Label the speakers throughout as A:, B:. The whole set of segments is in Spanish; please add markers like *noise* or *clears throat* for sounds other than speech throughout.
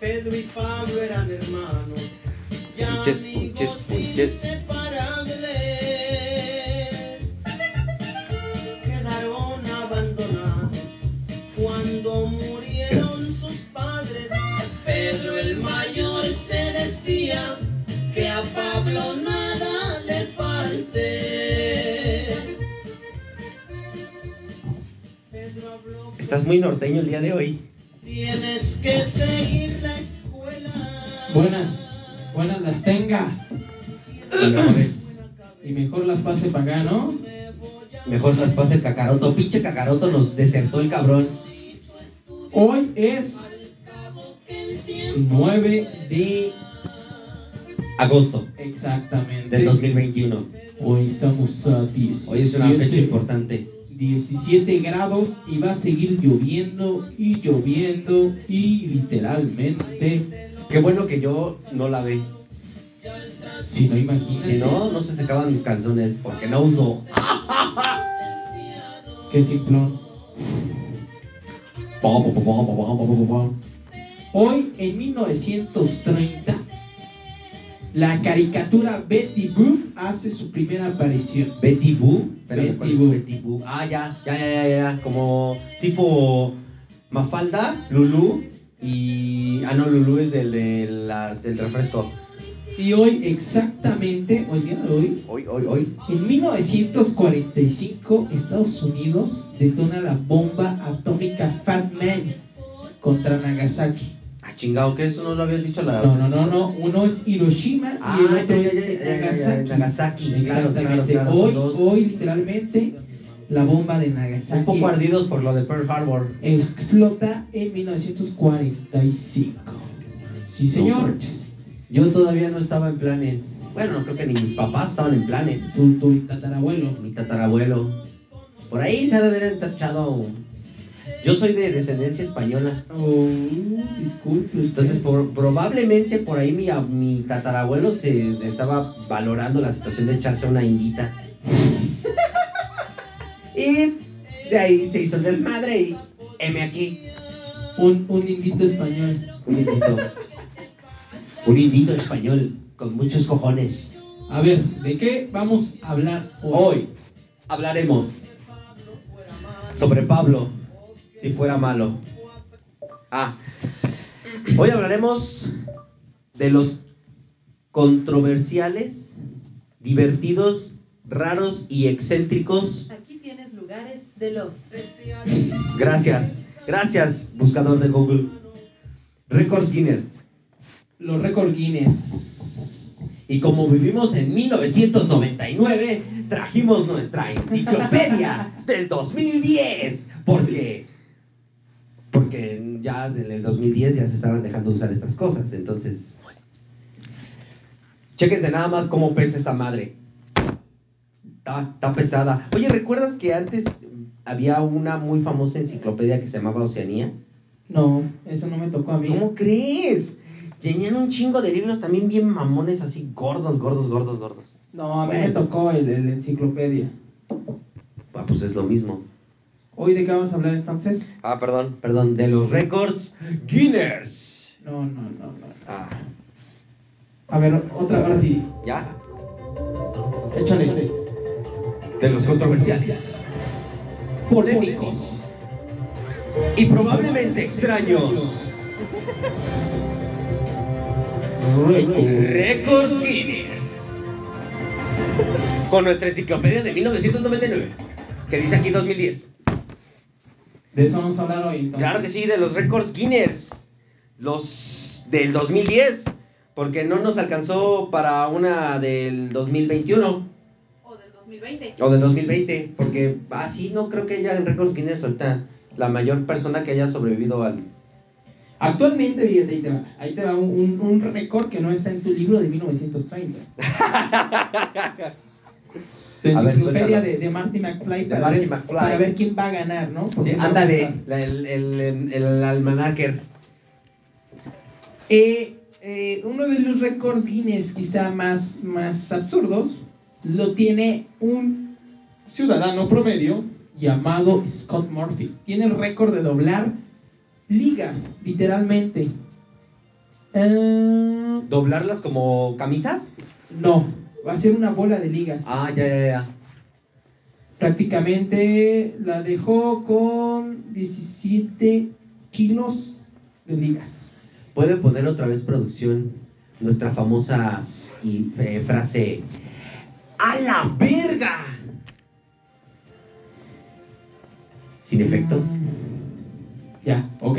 A: Pedro y Pablo eran hermanos. Y
B: Punches,
A: amigos
B: punches, punches.
A: inseparables. Quedaron abandonados cuando murieron sus padres. Pedro el mayor se decía que a Pablo nada le falte. Pedro habló con-
B: Estás muy norteño el día de hoy.
A: Tienes que seguir la escuela.
C: Buenas, buenas las tenga. Y mejor las pase para acá, ¿no?
D: Mejor las pase el cacaroto. Pinche cacaroto nos desertó el cabrón.
C: Hoy es 9 de
D: Agosto
C: exactamente.
D: del 2021.
C: Hoy estamos a 10.
D: Hoy es una fecha importante.
C: 17 grados y va a seguir lloviendo y lloviendo y literalmente,
D: Qué bueno que yo no la ve.
C: si no imaginas,
D: Si no, no se secaban mis calzones porque no uso.
C: qué simplón.
D: Pa, pa, pa, pa, pa, pa, pa, pa, pa.
C: Hoy, en 1930, la caricatura Betty Boop hace su primera aparición.
D: Betty Boo. Espérame,
C: Betty
D: ¿cuál es?
C: Boo.
D: Betty Boo. Ah, ya, ya, ya, ya, ya. Como tipo Mafalda, Lulú y... Ah, no, Lulú es del, del, la- del refresco.
C: Y hoy, exactamente, o el día de hoy,
D: Hoy, hoy, hoy.
C: en 1945, Estados Unidos detona la bomba atómica Fat Man contra Nagasaki.
D: Ah, chingado, que eso no lo habías dicho la
C: No, no, no, no. Uno es Hiroshima y
D: Ah,
C: el otro
D: ya, ya,
C: es
D: ya, ya, ya,
C: Nagasaki.
D: ya, Nagasaki, claro, claro,
C: Exactamente.
D: claro, son
C: hoy,
D: dos.
C: hoy, literalmente, la bomba de Nagasaki.
D: Un poco ardidos por lo de Pearl Harbor.
C: explota en 1945. Sí, señor.
D: Yo todavía no estaba en planes. Bueno, no creo que ni mis papás estaban en planes.
C: Tu, tu tatarabuelo.
D: Mi tatarabuelo. Por ahí se ha de haber entachado. Yo soy de descendencia española.
C: Oh, disculpe usted.
D: Entonces, por- probablemente por ahí mi, a- mi tatarabuelo se estaba valorando la situación de echarse una indita. y de ahí se hizo el desmadre y M aquí.
C: un, un indito español.
D: Un indito. Un indito español con muchos cojones.
C: A ver, ¿de qué vamos a hablar hoy?
D: Hoy hablaremos sobre Pablo, si fuera malo. Ah, hoy hablaremos de los controversiales, divertidos, raros y excéntricos.
E: Aquí tienes lugares de los.
D: Gracias, gracias, buscador de Google. Records Guinness.
C: Los récord Guinness.
D: Y como vivimos en 1999, trajimos nuestra enciclopedia del 2010. Porque, porque ya en el 2010 ya se estaban dejando usar estas cosas. Entonces, chéquense nada más cómo pesa esa madre. Está, está pesada. Oye, ¿recuerdas que antes había una muy famosa enciclopedia que se llamaba Oceanía?
C: No, eso no me tocó a mí.
D: ¿Cómo crees? Tenían un chingo de libros también bien mamones, así gordos, gordos, gordos, gordos.
C: No, a mí me
D: Bueno.
C: tocó el, el enciclopedia.
D: Ah, pues es lo mismo.
C: ¿Hoy de qué vamos a hablar entonces?
D: Ah, perdón. Perdón, de los récords Guinness.
C: No, no, no, no.
D: Ah,
C: A ver, otra, ahora sí.
D: ya.
C: Échale.
D: De los controversiales. Polémicos. Y probablemente extraños. Récords Guinness. Con nuestra enciclopedia de 1999. Que dice aquí 2010.
C: De eso vamos a hablar hoy entonces.
D: Claro que sí, de los récords Guinness. Los del 2010. Porque no nos alcanzó para una del 2021
E: O del 2020.
D: o del 2020. Porque así no creo que ya en récords Guinness ahorita la mayor persona que haya sobrevivido al...
C: Actualmente, fíjate, ahí te va, ahí te va un, un- un récord que no está en tu libro de *laughs* 1930. Tu
D: A ver,
C: enciclopedia
D: suéltalo.
C: de, de Marty McFly
D: De
C: para,
D: Marty
C: ver,
D: McFly.
C: para ver quién va a ganar, ¿no? Porque va a
D: ándale,
C: gustar.
D: la- el, el, el, el almanaque.
C: Eh, eh, uno de los récords Guinness quizá más, más absurdos lo tiene un ciudadano promedio llamado Scott Murphy. Tiene el récord de doblar ligas, literalmente. Ah,
D: ¿Doblarlas como camisas?
C: no, va a ser una bola de ligas.
D: Ah, ya, ya, ya.
C: Prácticamente la dejó con 17 kilos de ligas.
D: Puede poner otra vez producción nuestra famosa y, eh, frase ¡A la verga! Sin efecto.
C: Mm, Ya, ok.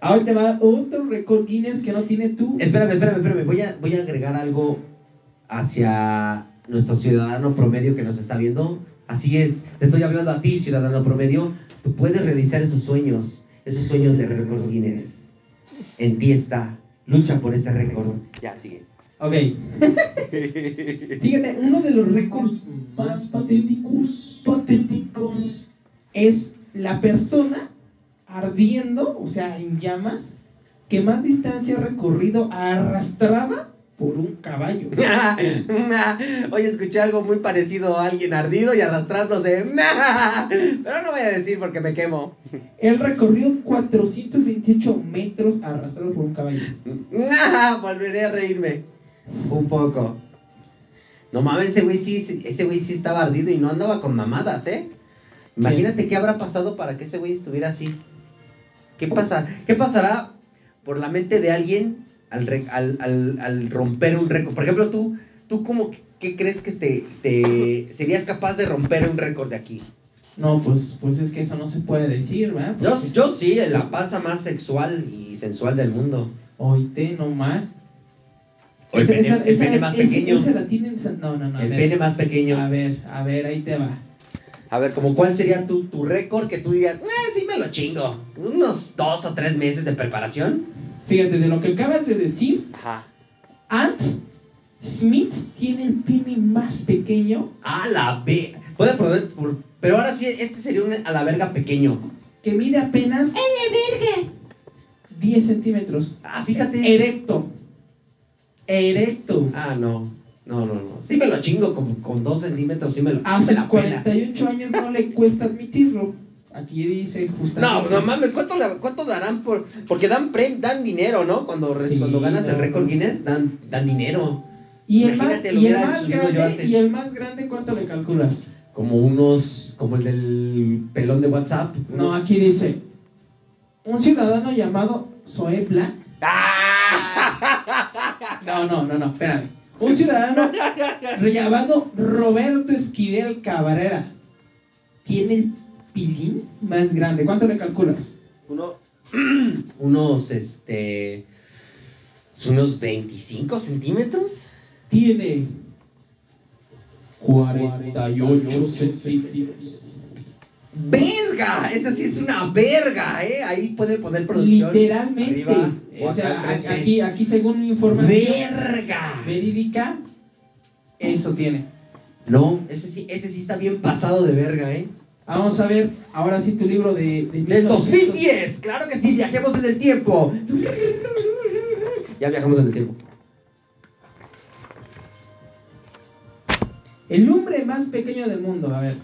C: Ahora te va otro récord Guinness que no tiene tú.
D: Espérame, espérame, espérame. Voy a, voy a agregar algo hacia nuestro ciudadano promedio que nos está viendo. Así es, te estoy hablando a ti, ciudadano promedio. Tú puedes realizar esos sueños, esos sueños de récords Guinness. En ti está. Lucha por ese récord. Ya, sigue. *laughs*
C: Ok. Fíjate, uno de los récords más patéticos, patéticos es la persona ardiendo, o sea, en llamas, que más distancia ha recorrido arrastrada por un caballo.
D: Hoy escuché algo muy parecido a alguien ardido y arrastrándose. *laughs* Pero no voy a decir porque me quemo.
C: Él recorrió 428 metros arrastrado por un caballo.
D: Volveré a reírme. Un poco. No mames, ese güey sí, ese güey sí estaba ardido y no andaba con mamadas, ¿eh? Imagínate qué habrá pasado para que ese güey estuviera así. ¿Qué, pasa? ¿Qué pasará por la mente de alguien al, re- al, al, al romper un récord? Por ejemplo, tú, tú cómo, ¿qué crees que te, te serías capaz de romper un récord de aquí?
C: No, pues, pues es que eso no se puede decir, ¿verdad?
D: Yo,
C: Porque-
D: yo sí, la pasa más sexual y sensual del mundo.
C: Oíte, no más.
D: O el
C: Esa-
D: pene,
C: esa-
D: el pene
C: esa-
D: más
C: *laughs* esa-
D: pequeño.
C: esa la tienen- No, no, no. a
D: El
C: ver.
D: pene más
C: A
D: pequeño.
C: ver, a ver, ahí te va.
D: A ver, como cuál sería tu, tu récord que tú dirías, eh, sí me lo chingo. Unos dos o tres meses de preparación.
C: Fíjate, de lo que acabas de decir,
D: Ajá.
C: Ant Smith tiene el pene más pequeño
D: A la B. Voy a poner por- Pero ahora sí, este sería un a la verga pequeño.
C: que mide apenas 10 centímetros.
D: Ah,
C: Eh,
D: fíjate.
C: Erecto. Erecto.
D: Ah, no. No, no, no. Sí me lo chingo con, con dos centímetros, sí me lo...
C: A
D: sí me Ah,
C: sus
D: la pela.
C: 48 años no le cuesta admitirlo. Aquí dice justamente.
D: No, no mames, ¿cuánto, le- cuánto darán por...? Porque dan prem, dan dinero, ¿no? Cuando, re-
C: Sí,
D: cuando ganas el
C: no.
D: récord Guinness, dan, dan dinero.
C: Y el más,
D: Imagínate, lo
C: y el
D: hubiera
C: más
D: subido yo
C: grande,
D: antes.
C: y el más grande, ¿cuánto le calculas?
D: Como unos... Como el del pelón de WhatsApp.
C: No,
D: unos-
C: aquí dice. Un ciudadano llamado Zoe Black
D: ¡Ah!
C: *laughs* No, no, no, no, espérame. Un ciudadano llamado Roberto Esquivel Cabrera tiene el pilín más grande. ¿Cuánto le calculas?
D: Uno- unos, este... Unos 25 centímetros.
C: Tiene 48 centímetros.
D: ¡Verga! Esa sí es una verga, ¿eh? Ahí puede poner producción.
C: Literalmente.
D: Arriba,
C: O sea,
D: cuatro, tres,
C: aquí, aquí según mi información
D: ¡Verga!
C: verídica, eso tiene.
D: No, ese sí, ese sí está bien pasado de verga, ¿eh?
C: Vamos a ver ahora sí tu libro de... de
D: ¡Del
C: 1900.
D: 2010! ¡Claro que sí! ¡Viajemos en el tiempo! Ya viajamos en el tiempo.
C: El hombre más pequeño del mundo, a ver.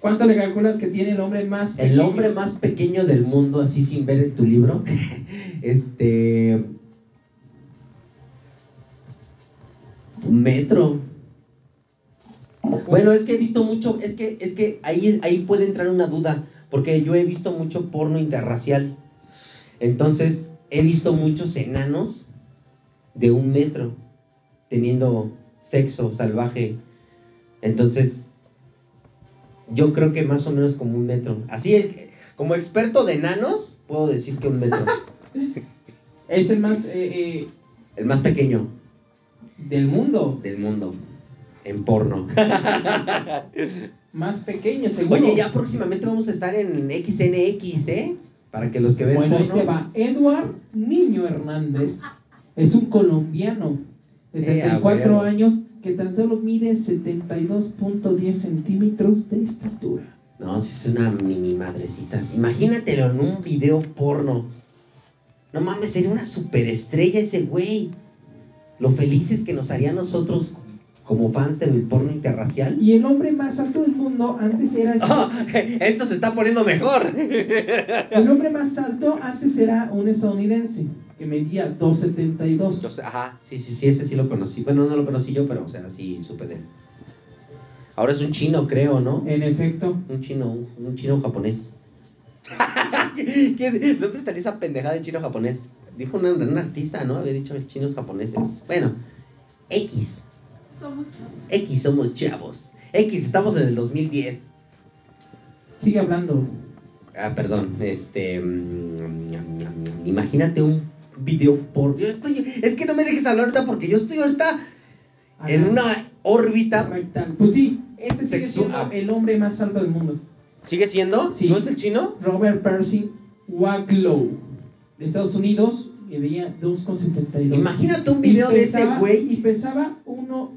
C: ¿Cuánto le calculas que tiene el hombre más
D: El
C: pequeño?
D: hombre más pequeño del mundo, así sin ver en tu libro. *laughs* Este. Un metro. Bueno, es que he visto mucho, es que, es que ahí, ahí puede entrar una duda, porque yo he visto mucho porno interracial. Entonces, he visto muchos enanos de un metro teniendo sexo salvaje. Entonces, yo creo que más o menos como un metro. Así es, como experto de enanos, puedo decir que un metro.
C: Es el más eh, eh,
D: *laughs* El más pequeño
C: del mundo.
D: del mundo. En porno.
C: Más pequeño, seguro.
D: *laughs* Oye, ya próximamente vamos a estar en XNX, ¿eh? Para que los que ven
C: Bueno, ahí
D: porno-
C: te va. Edward Niño Hernández es un colombiano de
D: Eh, a
C: 34
D: huevo.
C: años que tan solo mide 72.10 centímetros de estatura.
D: No, si es una mini madrecita. Imagínatelo en un video porno. No mames, sería una superestrella ese güey. Lo felices que nos haría a nosotros como fans del porno interracial.
C: Y el hombre más alto del mundo antes era...
D: *laughs* esto *laughs* se está poniendo mejor.
C: El hombre más alto antes era un estadounidense. que medía 272.
D: Yo sé- ajá, sí, sí, sí, ese sí lo conocí. Bueno, no lo conocí yo, pero, o sea, sí supe de él. Ahora es un chino, creo, ¿no?
C: En efecto,
D: Un chino, un, un chino japonés. *laughs* ¿Qué- ¿No te salió esa pendejada de chino japonés? Dijo una- un artista, ¿no? Había dicho chinos japoneses. Bueno, X.
E: Somos chavos.
D: X somos chavos. X, estamos en el 2010.
C: sigue hablando.
D: Ah, perdón, este. mm, Imagínate un video por. Yo estoy. Es que no me dejes hablar ahorita porque yo estoy ahorita en una órbita.
C: rectal. Pues sí, este sigue
D: Sexu-
C: siendo
D: ah.
C: el hombre más alto del mundo.
D: ¿Sigue siendo?
C: Sí.
D: ¿No es el chino?
C: Robert Percy Wacklow, de Estados Unidos, que veía 2,72.
D: Imagínate un video de ese
C: pesaba-
D: güey.
C: Y pesaba 1.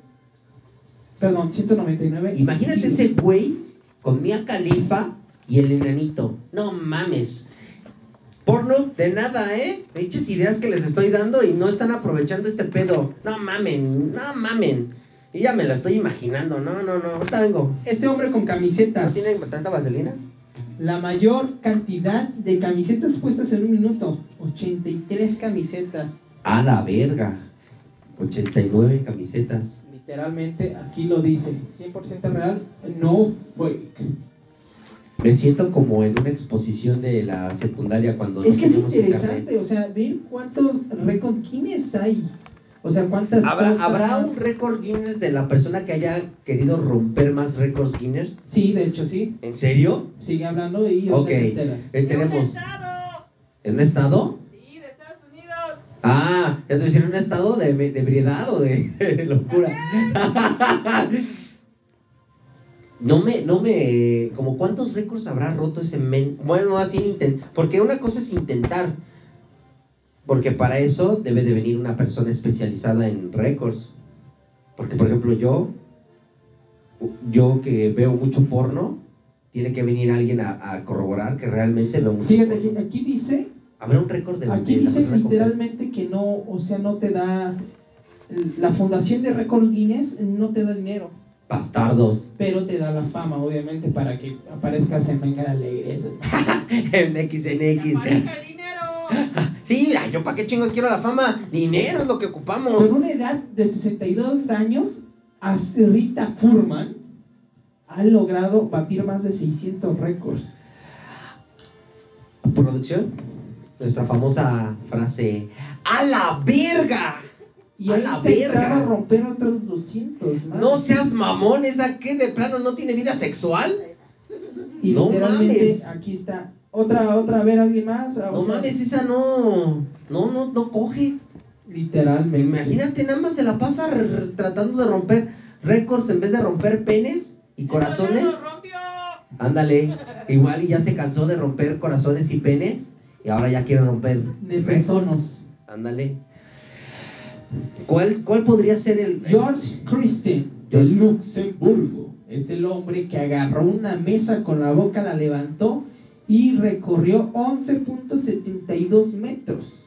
C: Perdón, 199.
D: Imagínate
C: kilos.
D: ese güey con Mia Califa y el enanito. No mames. Porno de nada, ¿eh? Dichas ideas que les estoy dando y no están aprovechando este pedo. No mamen, no mamen. Y ya me lo estoy imaginando. No, no, no. Ahorita vengo.
C: Este hombre con
D: ¿No
C: camisetas.
D: tiene tanta vaselina?
C: La mayor cantidad de camisetas puestas en un minuto. 83 camisetas.
D: A la verga. 89 camisetas.
C: Literalmente aquí lo dice. 100% real. No fake.
D: Me siento como en una exposición de la secundaria cuando
C: Es que es interesante, o sea, ver cuántos récords Guinness hay. O sea, cuántas. cosas-
D: ¿Habrá, ¿Habrá un récord Guinness de la persona que haya querido romper más récords Guinness?
C: Sí, de hecho, sí.
D: ¿En serio?
C: Sigue hablando y.
D: Ok,
C: ahorita te enteras.
D: eh, tenemos.
E: estado!
D: ¿En un estado?
E: Sí, de Estados Unidos.
D: Ah, es decir, un estado de, de ebriedad o de, *laughs* locura. no me, no me. Como cuántos récords habrá roto ese men. Bueno, así inten- Porque una cosa es intentar. Porque para eso debe de venir una persona especializada en récords. Porque, por ejemplo, yo. Yo que veo mucho porno. Tiene que venir alguien a, a corroborar que realmente lo mucho
C: Fíjate, aquí,
D: porno.
C: aquí dice.
D: Habrá un récord de
C: Aquí
D: de la
C: dice
D: persona con-
C: literalmente que no, o sea, no te da. La fundación de récord Guinness no te da dinero,
D: Bastardos.
C: pero te da la fama, obviamente, para que aparezcas en Venga Alegre.
D: *laughs* en X, en X.
E: dinero!
D: *laughs* Sí, ay, yo para qué chingos quiero la fama. Dinero es lo que ocupamos.
C: Con una edad de 62 años, as- Rita Furman ha logrado batir más de 600 récords.
D: Producción. Nuestra famosa frase. ¡A la verga!
C: Y
D: ¡A
C: ahí
D: la
C: intentaba
D: verga!
C: romper otros 200 más.
D: No seas mamón, esa que de plano no tiene vida sexual.
C: Y
D: no
C: literalmente
D: mames.
C: aquí está. Otra, otra, a ver, alguien más. O
D: No
C: sea,
D: mames, esa no. No, no, no coge.
C: Literalmente.
D: Imagínate, nada más se la pasa r- tratando de romper récords en vez de romper penes y corazones.
E: rompió!
D: Ándale, igual y ya se cansó de romper corazones y penes y ahora ya quiere romper
C: De
D: récords.
C: personas.
D: Ándale. ¿Cuál, ¿Cuál podría ser el, el-
C: George Christen, de Luxemburgo, es el hombre que agarró una mesa con la boca, la levantó y recorrió 11.72 metros.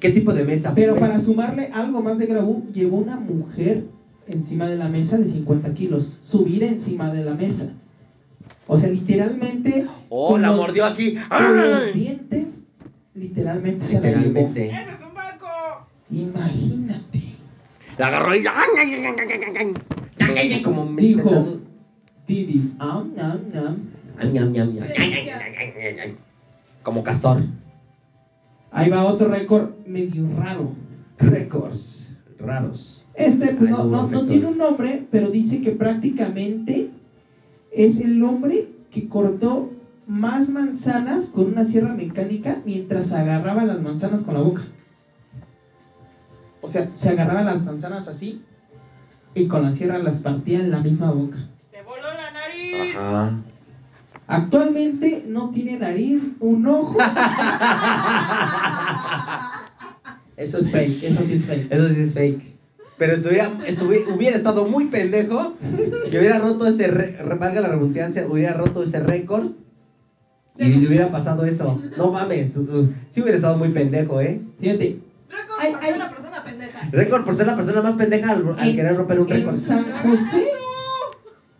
D: ¿Qué tipo de mesa?
C: Pero
D: Pues,
C: para sumarle algo más de grabú, llevó una mujer encima de la mesa de 50 kilos, subida encima de la mesa. O sea, literalmente.
D: Oh, la
C: los-
D: mordió así.
C: Con los
D: ¡Ay!
C: dientes, literalmente. se la llevó.
D: Literalmente.
E: es un banco!
C: Imagínate.
D: La agarró y. ¡ay, ay, ay, ay, ay, ay! ¡Ay, ay, ay! Como me-
C: Dijo. Didi, am, nam, nam.
D: Ay, ay, ay, ay, ay, ay, ay, ay, ay, ay. Como castor.
C: Ahí va otro récord medio raro.
D: Récords raros.
C: Este
D: Ay,
C: pues,
D: no,
C: no, no- no
D: récord.
C: tiene un nombre, pero dice que prácticamente es el hombre que cortó más manzanas con una sierra mecánica mientras agarraba las manzanas con la boca. O sea, se agarraba las manzanas así y con la sierra las partía en la misma boca.
E: ¡Te voló la nariz!
D: Ajá.
C: Actualmente no tiene nariz, un ojo.
D: Eso es fake, eso sí es
C: fake.
D: Eso sí es fake. Pero estuviera, estuvi- hubiera estado muy pendejo que hubiera roto ese, re- re- valga la redundancia, hubiera roto ese récord y le hubiera pasado eso. No mames, uh, uh, sí hubiera estado muy pendejo, ¿eh?
C: Fíjate,
E: ¡Récord
C: Ay,
E: por
C: ay.
E: ser la persona pendeja!
D: Récord por ser la persona más pendeja al, al
C: En-
D: querer romper un
C: en
D: récord.
C: San José,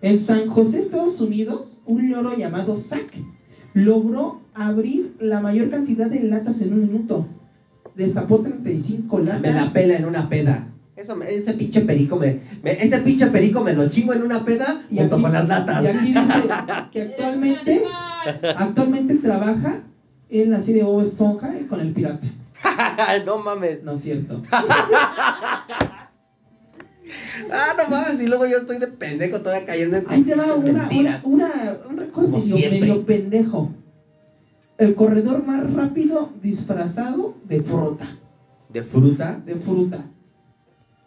C: en San José, Estados Unidos, un loro llamado Zack logró abrir la mayor cantidad de latas en un minuto. destapó 35 latas.
D: Me la pela en una peda. Eso, me- ese pinche perico me, me- ese pinche perico me lo chingo en una peda
C: y
D: junto
C: aquí-
D: con las latas.
C: Y aquí dice que actualmente, actualmente trabaja en la serie Bob Esponja y con el pirata.
D: *laughs* no mames.
C: No es cierto.
D: Ah, no mames, y luego yo estoy de pendejo todavía cayendo en
C: Ahí te va una, una,
D: mentiras.
C: una- un recuerdo
D: Como
C: medio,
D: siempre.
C: medio pendejo. El corredor más rápido disfrazado de fruta.
D: ¿De fruta?
C: De fruta.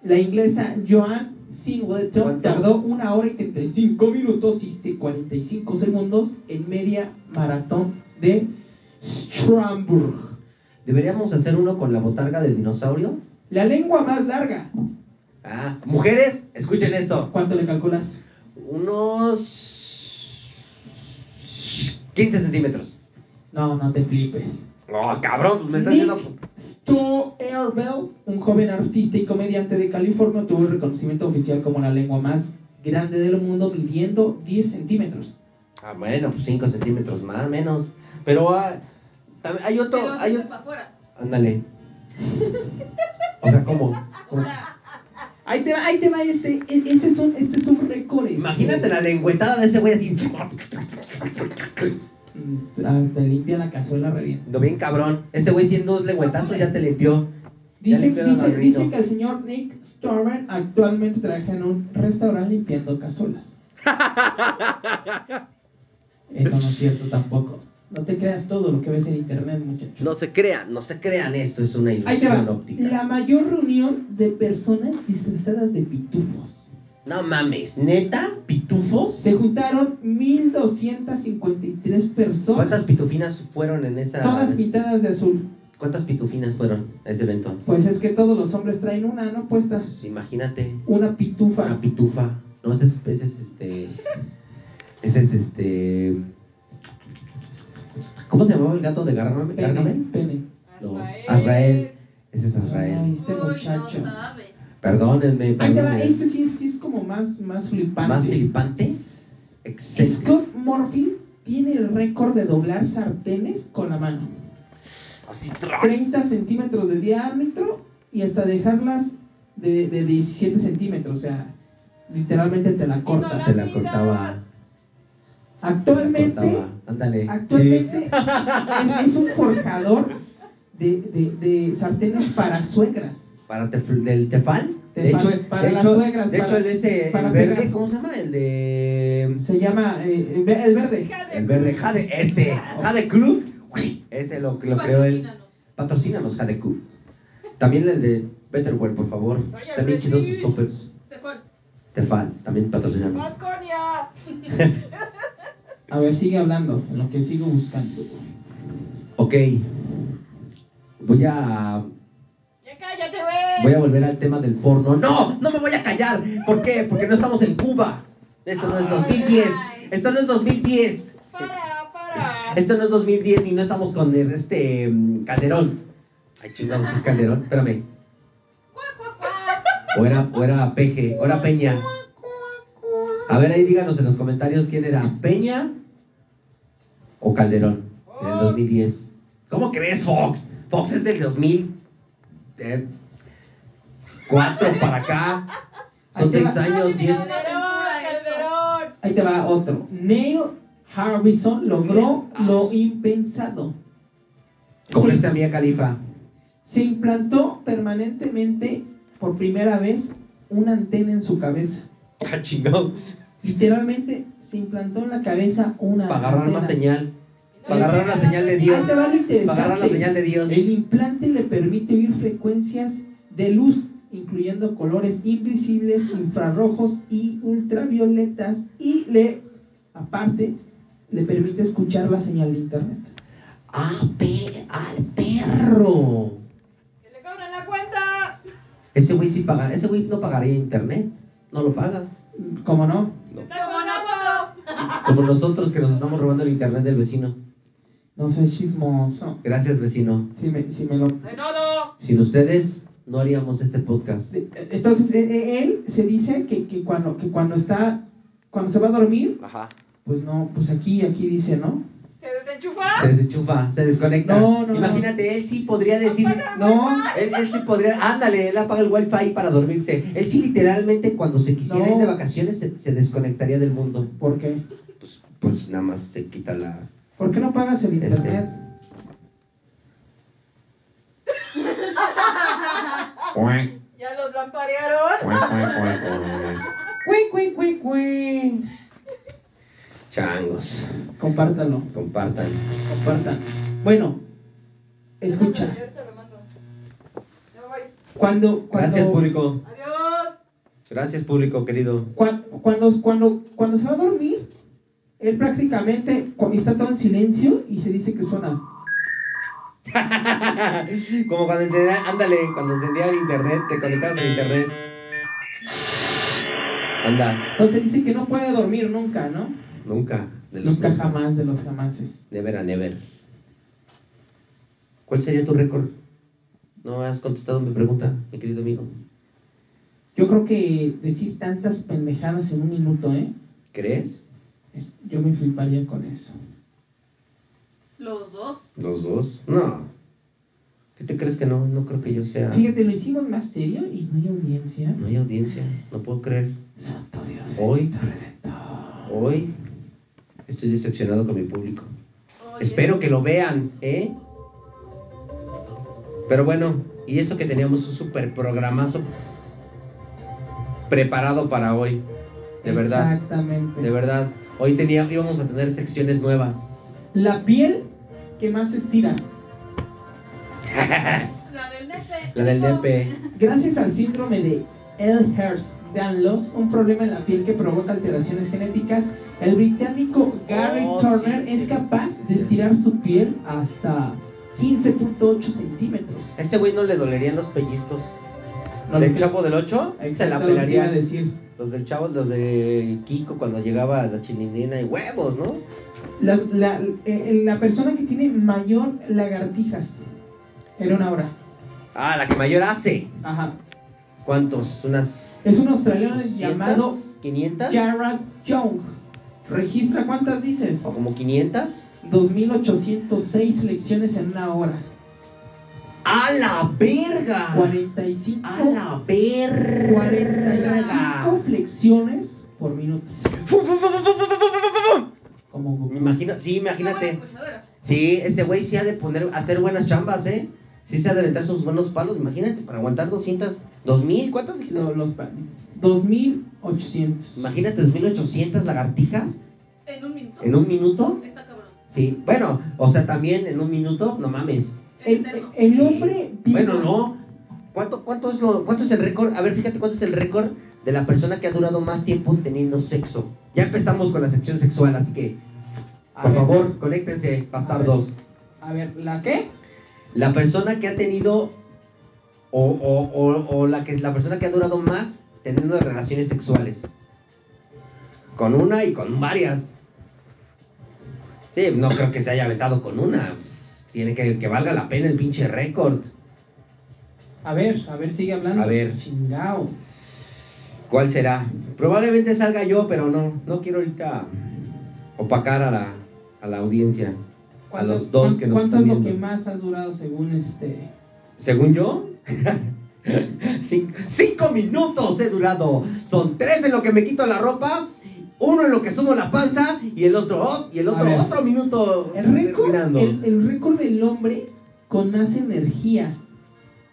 C: La inglesa Joan Singleton
D: ¿Cuánto?
C: tardó una hora y 35 minutos y 45 segundos en media maratón de Strasbourg.
D: ¿Deberíamos hacer uno con la botarga del dinosaurio?
C: La lengua más larga.
D: Ah, mujeres, escuchen esto.
C: ¿Cuánto le calculas?
D: Unos 15 centímetros.
C: No, no te flipes.
D: Oh, cabrón, pues me estás
C: Nick
D: diciendo.
C: Toerbell, un joven artista y comediante de California, tuvo el reconocimiento oficial como la lengua más grande del mundo, midiendo 10 centímetros.
D: Ah, bueno, pues 5 centímetros más, menos. Pero ah, tam- hay otro.
E: Pero
D: Hay
E: dices
D: otro.
E: pa' afuera.
D: Ándale. O sea, ¿cómo?
E: O sea,
C: Ahí te va, ahí te va este, e- este es un, este es un récord. este.
D: Imagínate la lengüetada de ese güey así.
C: Mm, ah, Te limpia la cazuela re bien.
D: Lo bien cabrón. Ese güey siendo dos lengüetazos ya te limpió. Ya
C: Dice,
D: limpiaron
C: dice-
D: al grito.
C: dice que el señor Nick Stormer actualmente trabaja en un restaurante limpiando cazuelas.
D: *laughs*
C: Eso no es cierto tampoco. No te creas todo lo que ves en internet, muchachos.
D: No se crean, no se crean esto, es una
C: Ahí te va.
D: ilusión óptica.
C: La mayor reunión de personas disfrazadas de pitufos.
D: No mames, neta, pitufos.
C: Se juntaron 1253
D: ¿Cuántas
C: personas,
D: pitufinas fueron en esa?
C: todas pintadas de azul.
D: ¿Cuántas pitufinas fueron a ese evento?
C: Pues es que todos los hombres traen una, ¿no? Puesta
D: Pues imagínate,
C: una pitufa.
D: una pitufa. No, ese es, ese es este. Ese es este. ¿Cómo se llamaba el gato de Gargamel?
C: Pene,
D: ¿Gargamel?
C: pene.
D: No,
E: Azrael.
D: Azrael. Ese es
C: Ay.
D: Azrael.
C: Este
E: Uy,
C: muchacho.
E: no sabe.
D: Perdónenme,
C: Ahí te va,
D: perdónenme.
C: este sí, sí es como más, más flipante.
D: Más flipante. Excelente.
C: Scott Morphy tiene el récord de doblar sartenes con la mano.
D: Así, tra-
C: 30 centímetros de diámetro y hasta dejarlas de, de 17 centímetros, o sea, literalmente te la cortas.
D: Te la cortaba.
C: Actualmente,
D: Cortaba. Ándale. Eh,
C: actualmente es, es un forjador de, de- de sartenes para suegras.
D: Para tef- del Tefal.
C: Tefal, para las suegras,
D: de
C: para-
D: hecho, el ese,
C: para
D: el verde,
C: suegras.
D: ¿cómo se llama? El de.
C: Se llama eh, el ve- el verde.
E: Hija de
D: El verde, Jade, este, Jade Club. Ese lo, lo creó él.
E: Patrocínanos.
D: Patrocínanos, Jade Club. También el de Betterwell, por favor.
E: Vaya,
D: También chidos sus
E: Betis.
D: toppers.
E: Te fue.
D: Tefal, también patrocínanos.
E: Vasconia.
C: A ver, sigue hablando, en lo que sigo buscando.
D: Ok. Voy a.
E: Ya cállate, güey.
D: Voy a volver al tema del porno. ¡No! ¡No me voy a callar! ¿Por qué? Porque no estamos en Cuba. Esto no es 2010. Esto no es 2010.
E: Para, para.
D: Esto no es 2010 y no estamos con el- este mm, Calderón. Ay, chingados, es Calderón. Espérame.
E: Cuac, cuac, cuac.
D: O era, o era Peje, o era Peña. A ver, ahí díganos en los comentarios quién era Peña o Calderón en el 2010. ¿Cómo crees, Fox? Fox es del 2004 para acá. Son seis años, diez.
E: Calderón, Calderón.
C: Ahí te va otro. Neil Harbison logró lo impensado.
D: Como dice Mía Califa.
C: Se implantó permanentemente por primera vez una antena en su cabeza.
D: Ah, chingón.
C: Literalmente se implantó en la cabeza una
D: Para agarrar
C: antena.
D: más señal. Para agarrar la señal de Dios.
C: Ahí te va lo interesante.
D: Para agarrar la señal de Dios.
C: El implante le permite oír frecuencias de luz, incluyendo colores invisibles, infrarrojos y ultravioletas, y le, aparte, le permite escuchar la señal de internet.
D: ¡Ah, pe- al perro!
E: *laughs* Que le cobren la cuenta.
D: Ese güey sí paga, ese güey no pagaría internet, no lo pagas.
C: Mm, ¿Cómo no?
E: Te está cobrando.
D: Como nosotros que nos estamos robando el internet del vecino.
C: No soy chismoso.
D: Gracias vecino.
C: Si me, si me lo...
E: Menudo.
D: Sin ustedes no haríamos este podcast.
C: de- Entonces, e- e- él se dice que, que, cuando, que cuando está, cuando se va a dormir,
D: Ajá.
C: pues no, pues aquí, aquí dice, ¿no?
E: Se desenchufa?
D: Se desenchufa, se desconecta.
C: No, no, no.
D: Imagínate, él sí podría decir.
E: Apaga,
C: No.
E: apaga.
D: Él, él sí podría. Ándale, él apaga el wifi para dormirse. Él sí, literalmente, cuando se quisiera
C: No.
D: ir de vacaciones, se, se desconectaría del mundo.
C: ¿Por qué?
D: Pues nada más se quita la.
C: ¿Por qué no pagas el
D: Este.
C: internet?
E: Ya los lamparearon.
C: Cui, cui, cui, cui.
D: Changos.
C: Compártalo,
D: Compartan.
C: compártalo. Bueno, escucha.
E: Ahorita lo mando. Ya me voy.
C: Cuando, cuando,
D: Gracias, público.
E: Adiós.
D: Gracias, público querido.
C: cuan- cuando, cuando, cuando se va a dormir, él prácticamente cu- está todo en silencio y se dice que suena.
D: Como cuando encendía, ándale, cuando encendía el internet, te conectabas al internet. Anda,
C: Entonces dice que no puede dormir nunca, ¿no?
D: nunca. de los
C: Nunca jamás de los jamases.
D: Never a never. ¿Cuál sería tu récord? No has contestado mi pregunta, mi querido amigo.
C: Yo creo que decir tantas pendejadas en un minuto, ¿eh?
D: ¿Crees?
C: Es- Yo me fliparía con eso.
B: Los dos.
D: ¿Los dos? No. ¿Qué te crees que no? No creo que yo sea.
C: Fíjate, lo hicimos más serio y no hay audiencia.
D: No hay audiencia, no puedo creer.
C: Santo Dios.
D: Hoy.
C: bendito Redentor.
D: Hoy estoy decepcionado con mi público.
B: Oye,
D: Espero que lo vean, ¿eh? Pero bueno, y eso que teníamos un super programazo preparado para hoy. De verdad,
C: Exactamente.
D: de verdad. Hoy tenía, íbamos a tener secciones nuevas.
C: La piel que más se estira.
B: La del nepe.
D: La del DP.
C: Gracias al síndrome de Ehlers-Danlos, un problema en la piel que provoca alteraciones genéticas, el británico Gary
D: Oh,
C: Turner
D: sí, sí,
C: es capaz
D: sí.
C: de estirar su piel hasta 15.8 centímetros.
D: A este güey no le dolerían los pellizcos.
C: No,
D: ¿Del
C: no.
D: Chavo del 8? Se la
C: Exacto, lo que iba a
D: pelaría.
C: decir.
D: Los del Chavo, los de Kiko cuando llegaba a la chilinina y huevos, ¿no?
C: La, la, eh, la persona que tiene mayor lagartijas era una hora.
D: Ah, la que mayor hace.
C: Ajá.
D: ¿Cuántos? ¿Unas
C: Es un australiano
D: 200?
C: llamado
D: 500
C: Jared Young. Registra cuántas dices.
D: o como 500.
C: 2.806 lecciones en una hora.
D: ¡A la verga!
C: 45,
D: ¡A Ah. la verga!
C: 45 flexiones por minuto.
D: Fu, fu, fu, fu, fu, fu, fu, fu, fu, fu.
C: Como
D: Me
C: Goku.
D: imagino, sí,
B: Qué buena
D: imagínate.
B: escuchadora.
D: Sí, este güey sí ha de poner, hacer buenas chambas, ¿eh? Sí se ha de aventar sus buenos palos, imagínate, para aguantar 200, 2000, ¿cuántas dijiste?
C: No, los pa- 2.800.
D: Imagínate 2800 lagartijas
B: En un minuto.
D: en un minuto.
B: Está cabrón.
D: Sí, bueno, o sea, también en un minuto, no mames.
C: El,
B: Eterno.
C: el hombre
D: Sí.
C: vino-
D: Bueno, no. ¿Cuánto, cuánto, es lo, ¿Cuánto es el récord? A ver, fíjate cuánto es el récord de la persona que ha durado más tiempo teniendo sexo. Ya empezamos con la sección sexual, así que,
C: A
D: por
C: ver,
D: favor, conéctense, bastardos.
C: A ver, ¿la qué?
D: La persona que ha tenido, o, o, o, o la, que, la persona que ha durado más teniendo relaciones sexuales. Con una y con varias. Sí, no creo que se haya aventado con una. Tiene que, que valga la pena el pinche récord.
C: A ver, a ver, sigue hablando.
D: A ver.
C: Chingao.
D: ¿Cuál será? Probablemente salga yo, pero no, no quiero ahorita opacar a la, a la audiencia, a los dos que nos
C: ¿Cuánto
D: están
C: es lo
D: viendo.
C: que más has durado según este?
D: Según yo, *laughs* cin- cinco minutos he durado. Son tres en lo que me quito la ropa, uno en lo que subo la panza y el otro oh, y el
C: A
D: otro
C: ver.
D: otro minuto
C: El récord,
D: terminando.
C: el, el récord del hombre con más energía.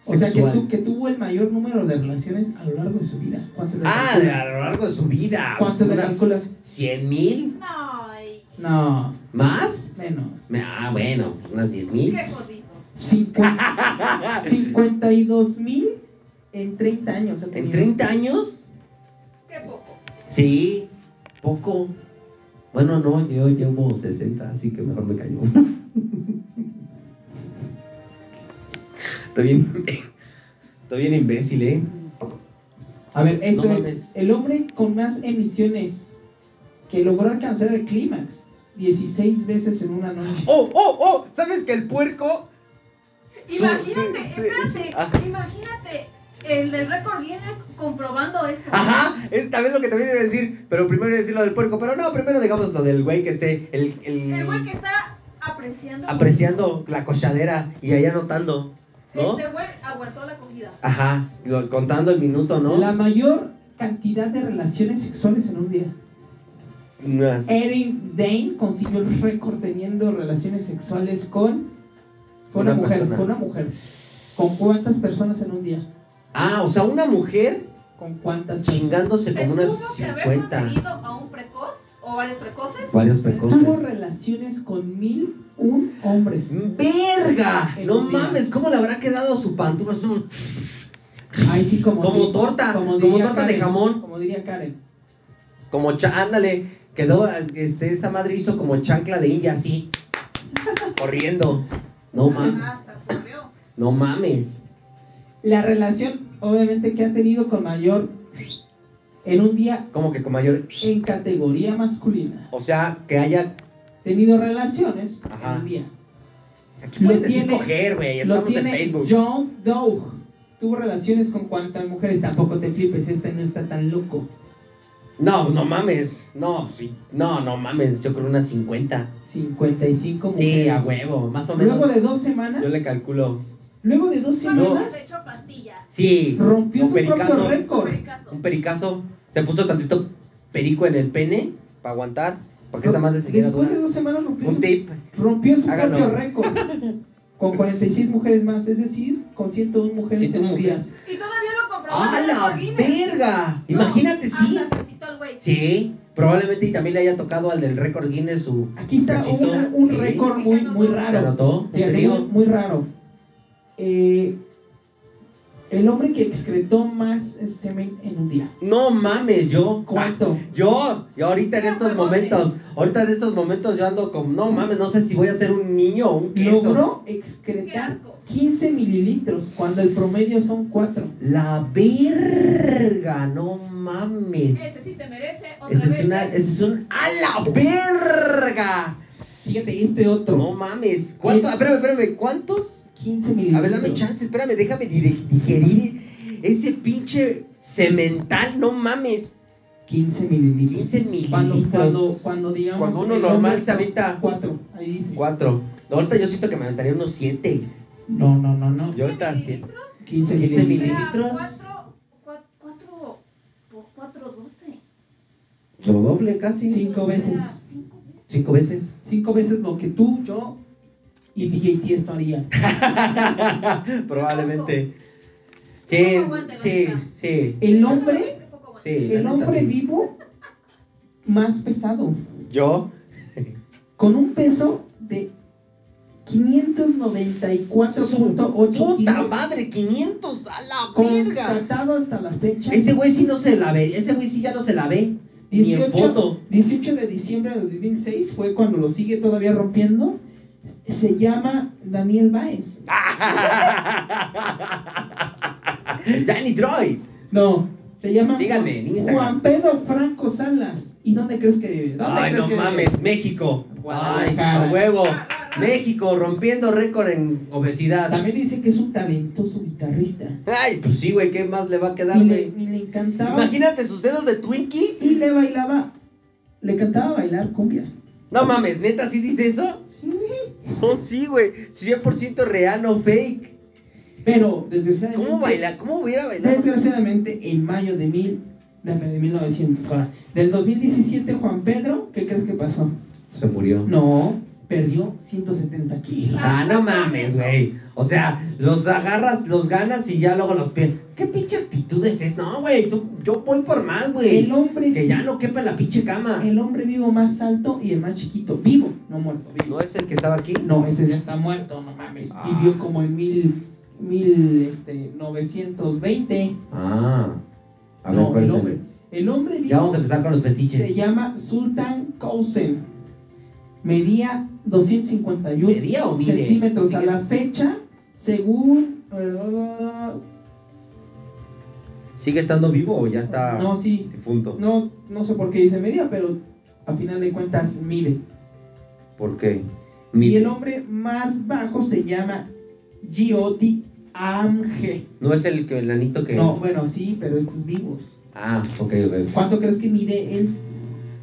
C: O sea, que,
D: Sexual.
C: tu- que tuvo el mayor número de relaciones a lo largo de su vida. ¿Cuántas le
D: Ah, de-
C: calculas?
D: a lo largo de su vida.
C: ¿Cuánto le
D: unas
C: calculas?
D: ¿Cien mil?
B: No, ay,
C: No,
D: ¿Más?
C: menos.
D: Ah, bueno, unas diez mil. *laughs*
B: Qué jodido.
C: Cincuenta- 52 mil en 30 años. ha
D: ¿En
C: tenido.
D: 30 años?
B: Qué poco.
D: Sí, poco. Bueno, no, yo llevo 60, así que mejor me callo. *laughs* Estoy bien, estoy bien imbécil, ¿eh?
C: A ver, esto
D: No
C: es
D: mames.
C: el hombre con más emisiones que logró alcanzar el clímax 16 veces en una noche.
D: ¡Oh, oh, oh! ¿Sabes que el puerco?
B: Imagínate,
D: Sí, sí,
B: espérate,
D: ah.
B: imagínate el del récord Guinness comprobando eso.
D: Ajá, es también lo que también iba a decir, pero primero iba a decir lo del puerco, pero no, primero digamos lo del güey que esté, el, el,
B: El Este güey que está apreciando.
D: apreciando la cochadera y ahí anotando, ¿no? Ah,
B: Este güey aguantó la comida.
D: Ajá, lo- contando el minuto, ¿no?
C: La mayor cantidad de relaciones sexuales en un día.
D: Unas-
C: Erin Dane consiguió el récord teniendo relaciones sexuales con, con
D: Una
C: una, mujer,
D: persona.
C: con una mujer. ¿Con cuántas personas en un día?
D: Ah, o sea, una mujer
C: ¿Con cuántas personas?
D: chingándose como unas
B: tuvo que haber
D: 50.
B: conseguido a un precoz o varios precoces.
D: Varios
C: Tuvo
D: precoces.
C: relaciones con mil un hombres.
D: ¡Verga!
C: En
D: No
C: un día.
D: mames, ¿cómo le habrá quedado su pantufla? Su-
C: Ahí sí como,
D: Mm. Como
C: di-
D: torta, como
C: diría
D: torta de jamón.
C: Como diría Karen.
D: Como cha, ándale, quedó, este, esa madre hizo como chancla de India así, corriendo. No mames,
B: Ah, Hasta corrió.
D: no mames.
C: La relación, obviamente, que ha tenido con mayor en un día
D: Como que con mayor.
C: en categoría masculina.
D: O sea, que haya.
C: Tenido relaciones
D: Ajá.
C: en un día.
D: Aquí puedes decir coger, güey.
C: lo
D: Estamos en
C: tiene
D: Facebook.
C: John Doe. Tuvo relaciones con cuantas mujeres. Tampoco te flipes, este no está tan loco.
D: No, pues, no mames. No, sí. No, no mames. Yo creo unas 50.
C: 55 mujeres.
D: Sí, a huevo. Más o menos.
C: Luego de dos
D: Yo
C: semanas,
D: le calculo.
C: luego de dos
B: Solo
C: semanas,
B: se echó pastillas.
D: Sí.
C: rompió
D: un
C: su
D: pericazo.
C: propio récord.
B: Pericazo.
D: Un pericazo. Se puso tantito perico en el pene. Para aguantar. Porque esta madre siguiera
C: Después de
D: dura.
C: dos semanas rompió
D: Un
C: su-
D: tip.
C: rompió su
D: Háganlo.
C: propio récord
D: *laughs*
C: con 46 mujeres más, es decir, con 101 mujeres
D: Ciento
C: en un
D: mujeres.
C: día.
B: Y todavía lo compró.
D: ¡A la verga! Imagínate, sí.
B: el güey.
D: Sí. Probablemente y también le haya tocado al del récord Guinness su.
C: Aquí está
D: cachito.
C: una- un
D: Sí.
C: récord muy, muy
D: Se
C: raro.
D: anotó. Un
C: Fíjate,
D: trío.
C: muy, muy raro. Eh, el hombre que excretó más semen en un día.
D: No mames, yo.
C: ¿Cuánto?
D: Yo, yo ahorita en
B: Qué
D: estos
B: huevote.
D: momentos, ahorita en estos momentos yo ando como, no mames, no sé si voy a ser un niño o un queso.
C: Logró
B: Qué
C: excretar
B: asco.
C: 15 mililitros cuando el promedio son 4.
D: La verga, no mames.
B: Ese sí te merece otra
D: Ese es,
B: vez.
D: una, ese es un a la verga.
C: Fíjate, este otro.
D: No mames. ¿Cuánto?
C: Sí.
D: Espérame, espérame, ¿cuántos?
C: 15 mililitros.
D: A ver, dame chance, espérame, déjame di- digerir ese pinche cemental, no mames.
C: 15 mililitros.
D: 15 mililitros.
C: Cuando, cuando, cuando digamos.
D: Cuando uno
C: el
D: normal
C: hombre-
D: se avienta-
C: Cuatro, ahí dice.
D: Cuatro. Ahorita yo siento que me aventaría unos siete.
C: No, no, no, no.
D: Yo ahorita siete. 15
C: 15 mililitros.
D: mililitros.
B: Vea,
D: mililitros.
B: cuatro- cua- cuatro por cuatro, doce.
D: Lo doble casi.
C: Cinco veces.
B: Vea, cinco veces.
D: Cinco veces.
C: Cinco veces lo que tú, yo y DJ Tiesto harían.
D: *laughs* Probablemente.
B: Qué
D: Sí,
B: poco aguante,
D: sí,
B: Lolita.
D: sí.
C: El hombre,
B: Qué poco aguante.
D: sí, la
C: el
D: neta,
C: hombre
D: sí.
C: vivo más pesado,
D: Yo.
C: con un peso de 594.8
D: Puta
C: kilos,
D: madre, 500 a la verga.
C: constatado hasta la fecha.
D: Ese Este güey sí no se la ve. Ese güey sí ya no se la ve. Ni en
C: 18,
D: foto. *laughs*
C: 18 de diciembre de 2006 fue cuando lo sigue todavía rompiendo. Se llama Daniel Baez.
D: Ah. Danny Droid.
C: No, se llama
D: Díganme, en Instagram.
C: Juan Pedro Franco Salas. ¿Y dónde crees que vive? ¿Dónde
D: Ay,
C: crees
D: no
C: que vive?
D: mames, México. Ay,
C: Guadalajara.
D: a huevo. México rompiendo récord en obesidad.
C: También dice que es un talentoso guitarrista.
D: Ay, pues sí, güey, ¿qué más le va a quedar,
C: Y le,
D: güey?
C: y le encantaba.
D: Imagínate sus dedos de Twinkie.
C: Y le bailaba. Le cantaba bailar cumbia.
D: No mames, neta, ¿sí dice eso? No, sí, güey. 100% real, no fake.
C: Pero, desgraciadamente.
D: ¿Cómo baila? ¿Cómo hubiera bailado?
C: Desgraciadamente, en mayo de mil. De de 1900, ahora, Del 2017, Juan Pedro, ¿qué crees que pasó?
D: Se murió.
C: No, perdió 170 kilos.
D: Ah, no mames, güey. O sea, los agarras, los ganas y ya luego los pierdes. ¿Qué pinche actitud es esta? No, güey, tú- yo voy por más, güey.
C: El hombre-
D: Que ya no quepa en la pinche cama.
C: El hombre vivo más alto y el más chiquito, vivo, no muerto. vivo.
D: ¿No es el que estaba aquí?
C: No, ese ya está muerto, no mames.
D: Ah.
C: Vivió como en mil, mil, este, 920.
D: Ah.
C: no, el hombre. El hombre
D: Ya vamos a
C: vivo
D: empezar con los
C: se
D: fetiches.
C: llama Sultan Kausen. Medía 251
D: ¿Medía o mide?
C: centímetros a
D: Mide.
C: la fecha, según... eh,
D: ¿Sigue estando vivo o ya está
C: No, sí.
D: difunto?
C: No, no sé por qué dice medía, pero a final de cuentas mide.
D: ¿Por qué?
C: Y el hombre más bajo se llama Gioti Amge.
D: ¿No es el que el anito que.?
C: No, bueno, sí, pero estos vivos.
D: Ah, ok, ok.
C: ¿Cuánto crees que mide él?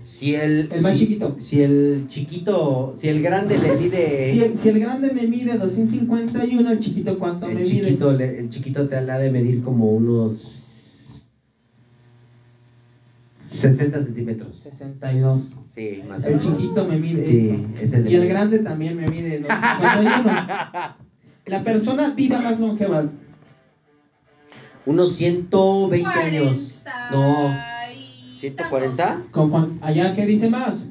D: Si el,
C: El más
D: si-
C: chiquito.
D: Si el chiquito, si el grande le mide.
C: Si el, si el grande me mide 251, el chiquito cuánto me
D: el,
C: mide.
D: chiquito, le- el chiquito te la ha de medir como unos 60 centímetros.
C: 62.
D: Sí, más o
C: El
D: menos.
C: chiquito me mide.
D: Sí,
C: eso.
D: ese le
C: y el
D: mide.
C: grande también me mide 251.
D: *laughs*
C: La persona viva más longeva.
D: Unos 120 años. No,
B: y
D: 140?
C: Con Juan- allá que dice más.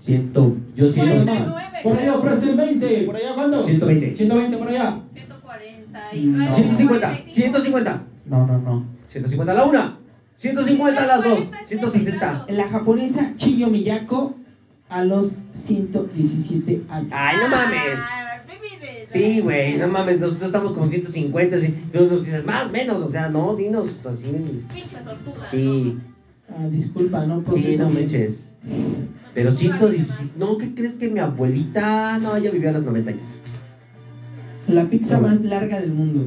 D: 100, yo sí.
C: Dice más.
B: 49,
C: Por allá
B: creo.
C: ofrecen 20. ¿Por allá cuánto?
D: 120.
C: 120 por allá.
B: 140
D: Mm.
C: No.
D: 150, 150,
C: No, no, no.
D: 150 a la una, 150 a las dos, 160.
C: La japonesa Chiyo Miyako a los 117 años.
D: Ay, no mames. Sí, güey, no mames, nosotros estamos como 150, sí. tú nos dices más, menos, o sea, no, dinos así.
B: Pinche tortuga.
D: Sí,
C: Ah, disculpa,
D: sí,
C: no
D: no
C: procesé.
D: manches. Pero 110, no, ¿qué crees que mi abuelita, no, ella vivió a las 90 años?
C: La pizza más larga del mundo.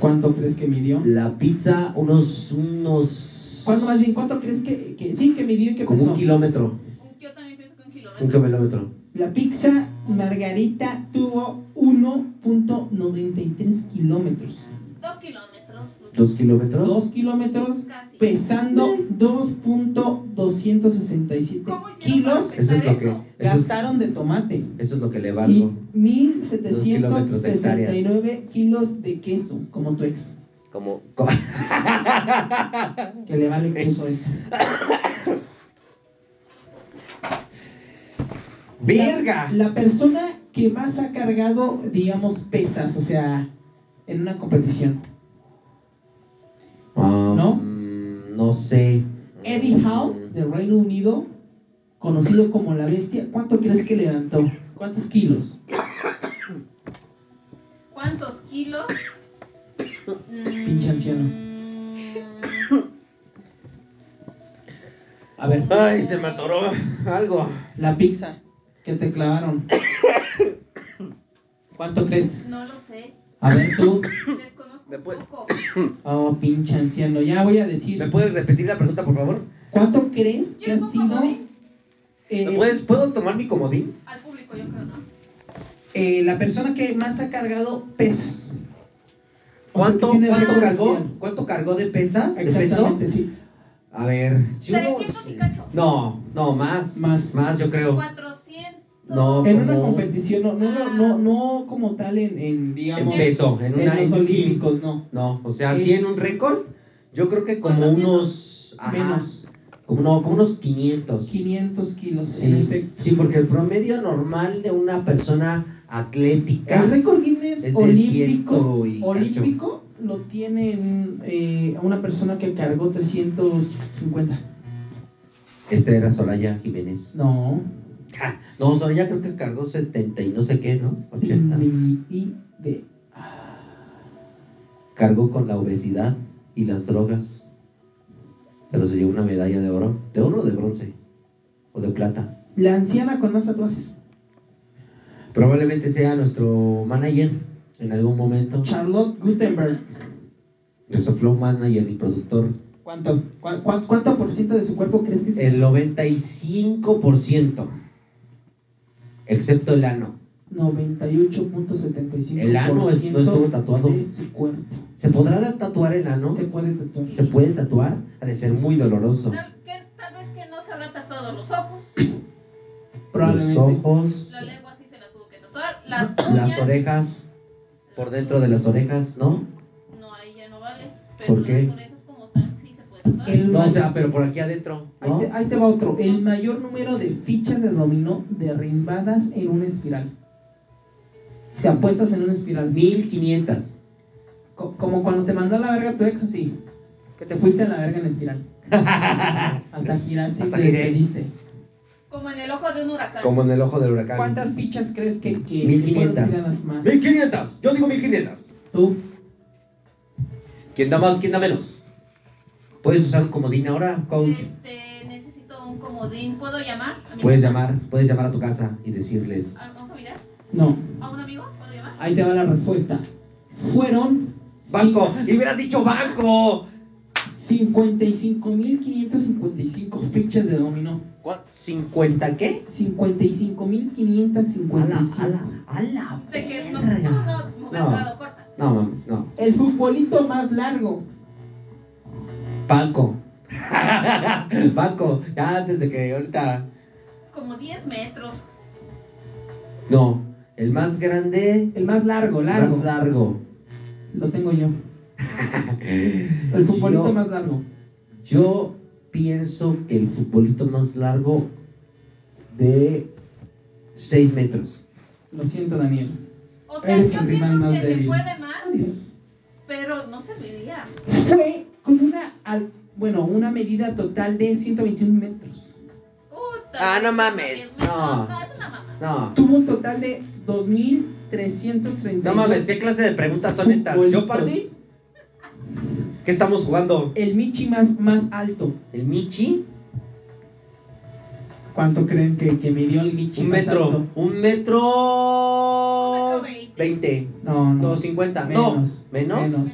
C: ¿Cuánto crees que midió?
D: La pizza, unos, unos,
C: ¿Cuánto más bien? ¿Cuánto crees que, que sí que midió y que
D: como
C: pesó?
D: un kilómetro,
B: Yo también pienso que un
D: un
B: kilómetro.
D: kilómetro.
C: La pizza margarita tuvo 1.93 kilómetros.
B: Dos kilómetros. pues,
D: ¿Dos Pues. kilómetros?
C: 2 kilómetros
B: Casi.
C: pesando 2.267
B: ¿Cómo
C: kilos.
B: hicieron
D: Eso es lo que, eso es,
C: Gastaron de tomate.
D: eso es lo que le
C: Y
D: valgo. kilómetros de hectárea.
C: 1.769 kilos de queso, como tu ex.
D: Como, como- *laughs*
C: Que le vale queso eso.
D: ¡Verga!
C: La, la persona que más ha cargado, digamos, pesas, o sea, en una competición.
D: ¿No?
C: ¿No?
D: Um, No sé.
C: Eddie Howe, del Reino Unido, conocido como la bestia, ¿cuánto crees que levantó? ¿Cuántos kilos?
B: ¿Cuántos kilos?
C: Pinche
B: anciano.
C: A ver,
D: Ay, se me atoró algo.
C: la pizza que
D: *coughs*
C: te clavaron. ¿Cuánto crees?
B: No lo sé.
C: A ver tú,
B: Desconozco
D: ¿Me puede-
B: un poco.
C: oh pinche anciano, ya voy a decir.
D: ¿Me puedes repetir la pregunta, por favor?
C: ¿Cuánto crees que
B: Yo
C: ha
B: como
C: sido
B: voy
C: eh,
D: ¿Me puedes, ¿Puedo tomar mi comodín?
B: al público, yo creo, ¿no?
C: eh, la persona que más ha cargado pesas?
D: ¿Cuánto,
C: Tiene
D: cuánto
C: récord
D: cargó?
C: mundial.
D: ¿Cuánto cargó de pesas? ¿De peso?
C: Exactamente, sí.
D: A ver, si uno...
B: 300 y cacho.
D: No, no, más.
C: Más.
D: Más, yo creo.
B: 400.
D: No.
C: En una
D: Como-
C: competición, no, no, no, no como tal en, en
D: En
C: digamos,
D: peso, en una...
C: los olímpicos, no.
D: No, o sea,
C: Sí.
D: si en un récord, yo creo que como
B: ¿Cuántos
D: unos... ajá,
C: Menos.
D: Como, no, como unos 500.
C: 500 kilos, en
D: Sí,
C: efecto.
D: sí, porque el promedio normal de una persona atlética
C: El récord Guinness
D: Es de
C: olímpico,
D: 100 y cacho.
C: olímpico lo tienen eh, una persona que cargó 350.
D: Esta era Soraya Jiménez.
C: No,
D: Ja, No, Soraya creo que cargó 70 y no sé qué, ¿no? 80.
C: ni y de.
D: Cargó con la obesidad y las drogas. Pero se llevó una medalla de oro. ¿De oro o de bronce? ¿O de plata?
C: La anciana con más tatuajes,
D: Probablemente sea nuestro manager en algún momento.
C: Charlotte Gutenberg.
D: Nuestro flow manager y productor.
C: ¿Cuánto? ¿Cuá- cuá- ¿Cuánto por ciento de su cuerpo crees que es?
D: El 95%. Excepto el ano.
C: 98.75%.
D: El ano es- no estuvo tatuado.
C: de su cuerpo.
D: ¿Se podrá tatuar el ano?
C: Se puede tatuar.
D: Se puede tatuar. Ha de ser muy doloroso.
B: Tal, que- tal vez que no se habrá tatuado los ojos.
C: Probablemente.
D: Los ojos.
B: La lengua sí se la tuvo que tatuar. Las uñas.
D: las orejas, por dentro de las orejas, ¿no?
B: No, ahí ya no vale. Pero
D: ¿Por qué?
B: las orejas como tal sí se puede tatuar.
C: El
D: No, o
C: mayor-
D: sea, pero por aquí adentro,
C: ahí,
D: ¿no?
C: te, ahí te va otro. El mayor número de fichas de dominó derribadas en una espiral. O sea, puestas en una espiral.
D: 1500.
C: Co- como cuando te mandó a la verga tu ex, así. Que te fuiste a la verga en
D: *laughs*
C: espiral. Hasta giraste y
D: Hasta
C: te
D: giré.
C: despediste.
B: Como en el ojo de un huracán.
D: Como en el ojo del huracán.
C: ¿Cuántas fichas crees que, que que
D: 1500.
C: fueron tiradas más?
D: 1500. Yo digo 1500.
C: Tú,
D: ¿Quién da más? ¿Quién da menos? ¿Puedes usar un comodín ahora, coach?
B: Este, necesito un comodín. ¿Puedo llamar? a mi
D: Puedes
B: casa?
D: llamar, puedes llamar a tu casa y decirles.
B: ¿A un familiar?
C: no.
B: ¿A un amigo? ¿Puedo llamar?
C: Ahí te va la respuesta. Fueron
D: ¡Banco! ¡Y hubieras dicho banco!
C: 55.555 fichas de dominó.
D: ¿Cuánto? ¿50 qué?
C: 55.555.
D: Ala, ala, ala.
B: De que no,
D: verga.
B: no, no, mujer,
D: No,
B: cuidado, corta.
D: no mames, no.
C: El futbolito más largo.
D: *laughs* Paco. Paco, ya antes de que ahorita.
B: Como 10 metros.
D: No, el más grande.
C: El más largo, largo.
D: Más largo.
C: Lo tengo yo. El futbolito más largo.
D: Yo pienso que el futbolito más largo de 6 metros.
C: Lo siento, Daniel.
B: O sea,
C: Eres
B: yo
C: el rival
B: pienso
C: más
B: que se
C: débil.
B: puede más,
C: Adiós.
B: pero no se vería.
C: Fue con una, al- bueno, una medida total de 121 metros.
B: Puta,
D: Ah, no
B: es
D: mames,
B: 10 metros.
D: no.
B: No, es una mamá.
D: No.
C: Tuvo un total de 2.332.
D: No mames, ¿qué clase de preguntas son estas? ¿Yo perdí? ¿Qué estamos jugando?
C: El Michi más, más alto.
D: ¿El Michi?
C: ¿Cuánto creen que, que midió el Michi?
D: Un
C: más
D: metro.
C: alto?
D: Un metro.
B: Un metro veinte.
D: 20.
C: No, no.
D: No, 50. No,
C: Menos.
D: menos.
B: Menos.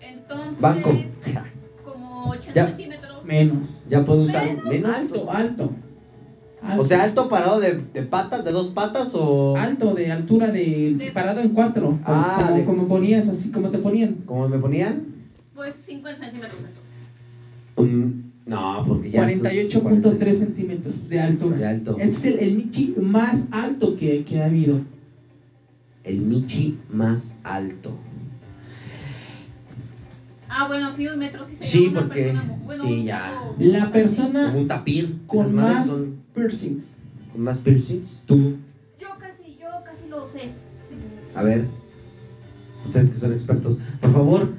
B: Entonces,
D: Banco. *laughs*
B: como 8
D: Ya.
B: centímetros.
C: Menos.
D: Ya puedo usar menos.
C: Alto, alto.
D: O sea, alto parado de, de patas, de dos patas o.
C: Alto, de altura de,
B: De-
C: parado en cuatro. como-
D: Ah,
C: como,
D: de-
C: como ponías, así como te ponían.
D: ¿Cómo me ponían?
B: Pues 50 centímetros.
D: Un- No, porque ya.
C: 48.3 centímetros de altura.
D: De alto.
C: Este es el, el Michi más alto que, que ha habido.
D: El Michi más alto.
B: Ah, bueno, sí, un metro sí sería
D: Sí,
B: una
D: porque-
B: persona mu- bueno,
D: sí,
B: un
D: ya.
B: poco-
C: La persona
D: Como un tapir.
C: con
D: Esas madres
C: más
D: son
C: piercings.
D: con más piercings. Tú.
B: Yo casi, yo casi lo sé.
D: A ver. Ustedes que son expertos. Por favor,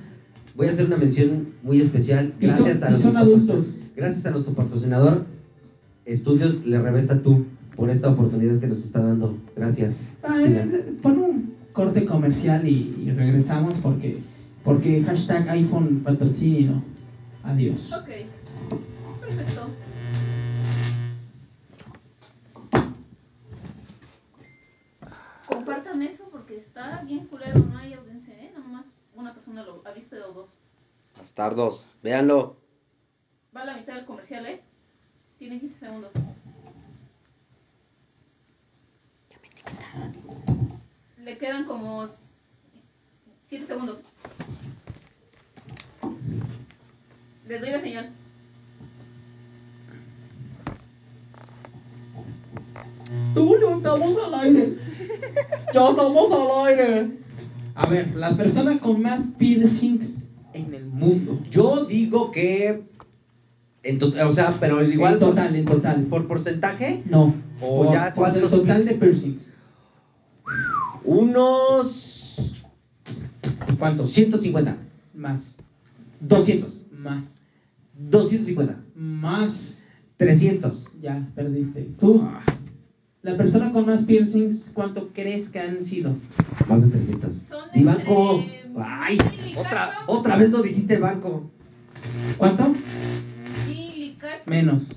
D: voy a hacer una mención muy especial.
C: Y son-
D: Gracias a
C: y
D: nuestro
C: son adultos.
D: patrocin- Gracias a nuestro patrocinador, Estudios Le Revesta Tú, por esta oportunidad que nos está dando. Gracias.
C: Ah, eh, eh, pon un corte comercial y, y regresamos porque porque hashtag iPhone patrocinio. Adiós.
B: Ok. Perfecto. Compartan eso porque está bien culero, no hay audiencia, ¿eh? Nada más una persona lo ha visto o dos.
D: Bastardos, véanlo.
B: Va a la mitad del comercial, ¿eh? Tiene 15 segundos. Le quedan como 7 segundos. Les doy la señal.
C: Tulio, estamos al aire. Ya estamos al aire. A ver, la persona con más piercings en el mundo.
D: Yo digo que. en to- o sea, pero igual.
C: en total, en total.
D: Por porcentaje,
C: no.
D: O
C: por,
D: ya,
C: por el
D: ¿cuántos
C: total de piercings.
D: unos.
C: ¿Cuántos?
D: 150.
C: Más.
D: 200.
C: Más.
D: 250.
C: Más.
D: 300.
C: Ya, perdiste. Tú. La persona con más piercings, ¿cuánto crees que han sido?
D: Más de 300.
B: Son
D: Y banco.
B: entre
D: Ay,
B: mil y
D: otra,
B: cacho.
D: otra vez no dijiste banco.
C: ¿Cuánto?
B: Y Licat,
C: Menos,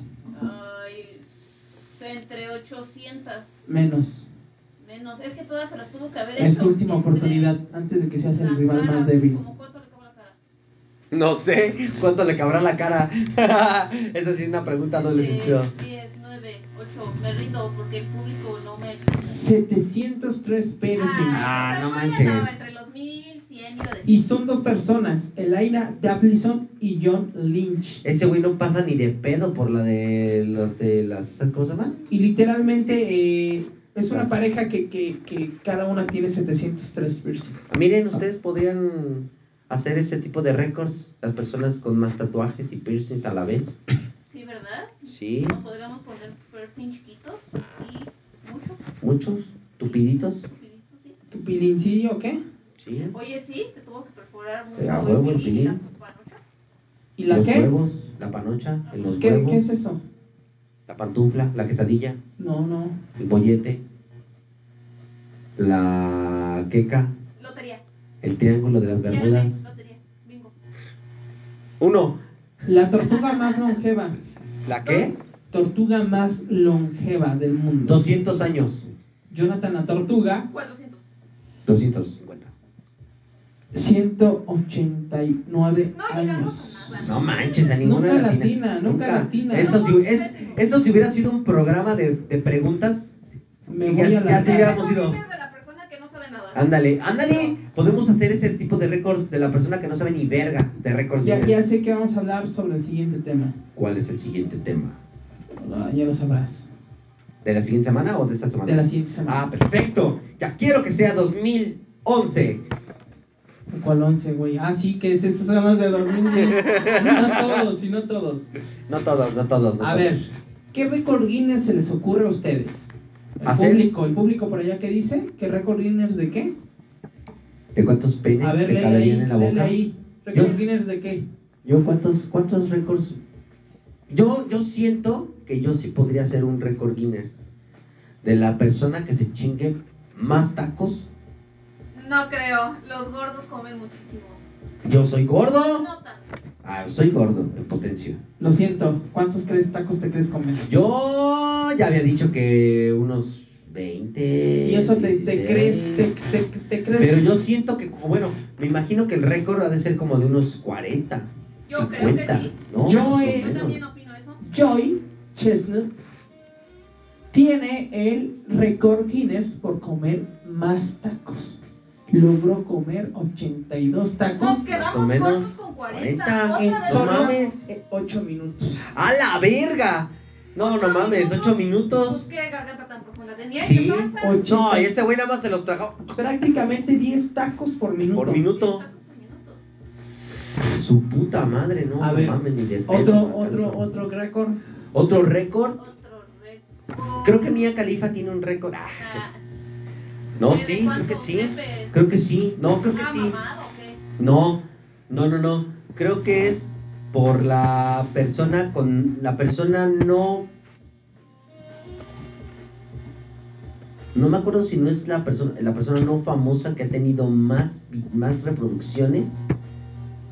B: ay, entre 800
C: menos.
B: menos. Es que todas se las tuvo que haber hecho.
C: Es tu última
B: entre
C: oportunidad antes de que seas
B: la
C: el rival
B: cara,
C: más débil.
B: Como cuánto le acabó la cara.
D: No sé cuánto le cabrá la cara. *laughs* Esa sí es una pregunta doble
B: Eh,
D: sentido.
B: 10, 9, 8. Me rindo porque el público no me.
C: 703 piercings.
D: Ah, no
B: esa
D: manches.
B: estaba Entre los 1100 y lo de.
C: Y son dos personas, Elaina Dablison y John Lynch.
D: Ese güey no pasa ni de pedo por la de los de las. ¿sabes cómo se llama?
C: Y literalmente eh, es una pareja que, que, que cada una tiene 703 piercings.
D: Miren, ustedes podrían hacer ese tipo de récords. Las personas con más tatuajes y piercings a la vez.
B: Sí, ¿verdad?
D: Sí,
B: Nos podríamos poner piercing chiquitos y muchos.
D: muchos. Tupiditos.
B: tupiditos, sí.
C: ¿Tu pilincillo o qué?
D: Sí.
B: Oye, sí, se tuvo que
C: Ah,
B: perforar mucho.
D: Eh, a huevo el
B: y la
D: pilín.
B: panocha.
C: ¿Y la
D: los
C: qué?
D: huevos, la panocha, en los
C: ¿Qué,
D: huevos,
C: ¿Qué es eso?
D: la pantufla, la quesadilla,
C: No, no.
D: el bollete, la queca,
B: Lotería.
D: el triángulo de las
B: Ya
D: bermudas.
B: gané, lotería. Bingo.
D: Uno,
C: La tortuga más longeva.
D: ¿la qué?
C: Tortuga más longeva del mundo.
D: 200 años.
C: Jonathan la tortuga
B: 400.
D: 250.
C: 189
B: No llegamos
C: años.
B: a
D: No manches, a ninguna
C: Nunca
D: latina.
C: latina, nunca latina.
D: Eso, si,
B: No,
D: es-
B: pésimo.
D: eso si hubiera sido un programa de, de preguntas.
C: Me
D: y
C: voy
D: ya-
C: a la-
D: ya te hubiéramos
B: Mejor
D: ido.
B: dices de la persona que no sabe nada.
D: Ándale, ándale. Podemos hacer ese tipo de récords de la persona que no sabe ni verga de récords.
C: Ya, ya sé que vamos a hablar sobre el siguiente tema.
D: ¿Cuál es el siguiente tema?
C: Ah, ya lo sabrás.
D: ¿De la siguiente semana o de esta semana?
C: De la siguiente semana.
D: Ah, perfecto. Ya quiero que sea 2011.
C: ¿Cuál once, güey? Ah, sí, que es estos son los de 2010. no todos, y no todos.
D: No todos, no todos. no
C: A
D: todos.
C: ver, ¿qué récord Guinness se les ocurre a ustedes? El
D: ¿Hacer?
C: público, el público por allá que dice, ¿qué récord Guinness de qué?
D: ¿De cuántos penes
C: A ver,
D: te
C: léele
D: caberían
C: ahí,
D: en la
C: léele
D: boca?
C: ahí.
D: Yo-
C: ¿Récord Guinness de qué?
D: Yo cuántos cuántos récords yo yo siento que yo sí podría ser un récord Guinness de la persona que se chingue más tacos.
B: No creo, los gordos comen muchísimo.
D: Yo soy gordo.
B: No tanto.
D: Ah, soy gordo en potencia.
C: Lo siento, ¿cuántos crees, tacos te crees comer?
D: Yo ya había dicho que unos 20.
C: Y eso te, te
D: 16.
C: crees, te, te, te crees.
D: Pero yo siento que como bueno, me imagino que el récord ha de ser como de unos 40.
B: Yo creo que
D: 50,
B: sí.
D: ¿no?
C: Yo,
D: Más o
C: eh,
B: Yo
D: menos.
B: también opino eso.
C: Joy Chestnut tiene el récord Guinness por comer más tacos. Logró comer 82 tacos
B: Nos
D: Más o
B: quedamos
D: menos
B: cortos con 40.
D: 40.
C: en
B: Otra vez
D: No
C: solo
B: gordos.
D: mames.
C: 8 minutos.
D: ¡A la verga! No, no mames, 8
B: Pues
D: minutos.
B: qué garganta tan profunda tenía.
C: Sí,
B: ¿Qué pasa?
C: ocho-
D: No, y este güey nada más se los trajo
C: Prácticamente 10 tacos por minuto.
D: por minuto. Su puta madre, no,
C: A
D: no
C: ver,
D: mames, ni de pedo,
C: Otro,
D: Macarena.
C: otro, otro récord.
D: Otro récord.
B: Otro récord.
D: Creo que Mia Califa tiene un récord. Ah,
B: Ah,
D: no,
B: ¿de
D: sí, creo que
B: cuántos
D: sí.
B: pepes?
D: Creo que sí, no, creo que
B: Ah,
D: sí.
B: mamado, ¿o qué?
D: No, no, no, no. Creo que es por la persona con la persona no. No me acuerdo si no es la persona la persona no famosa que ha tenido más vi- más reproducciones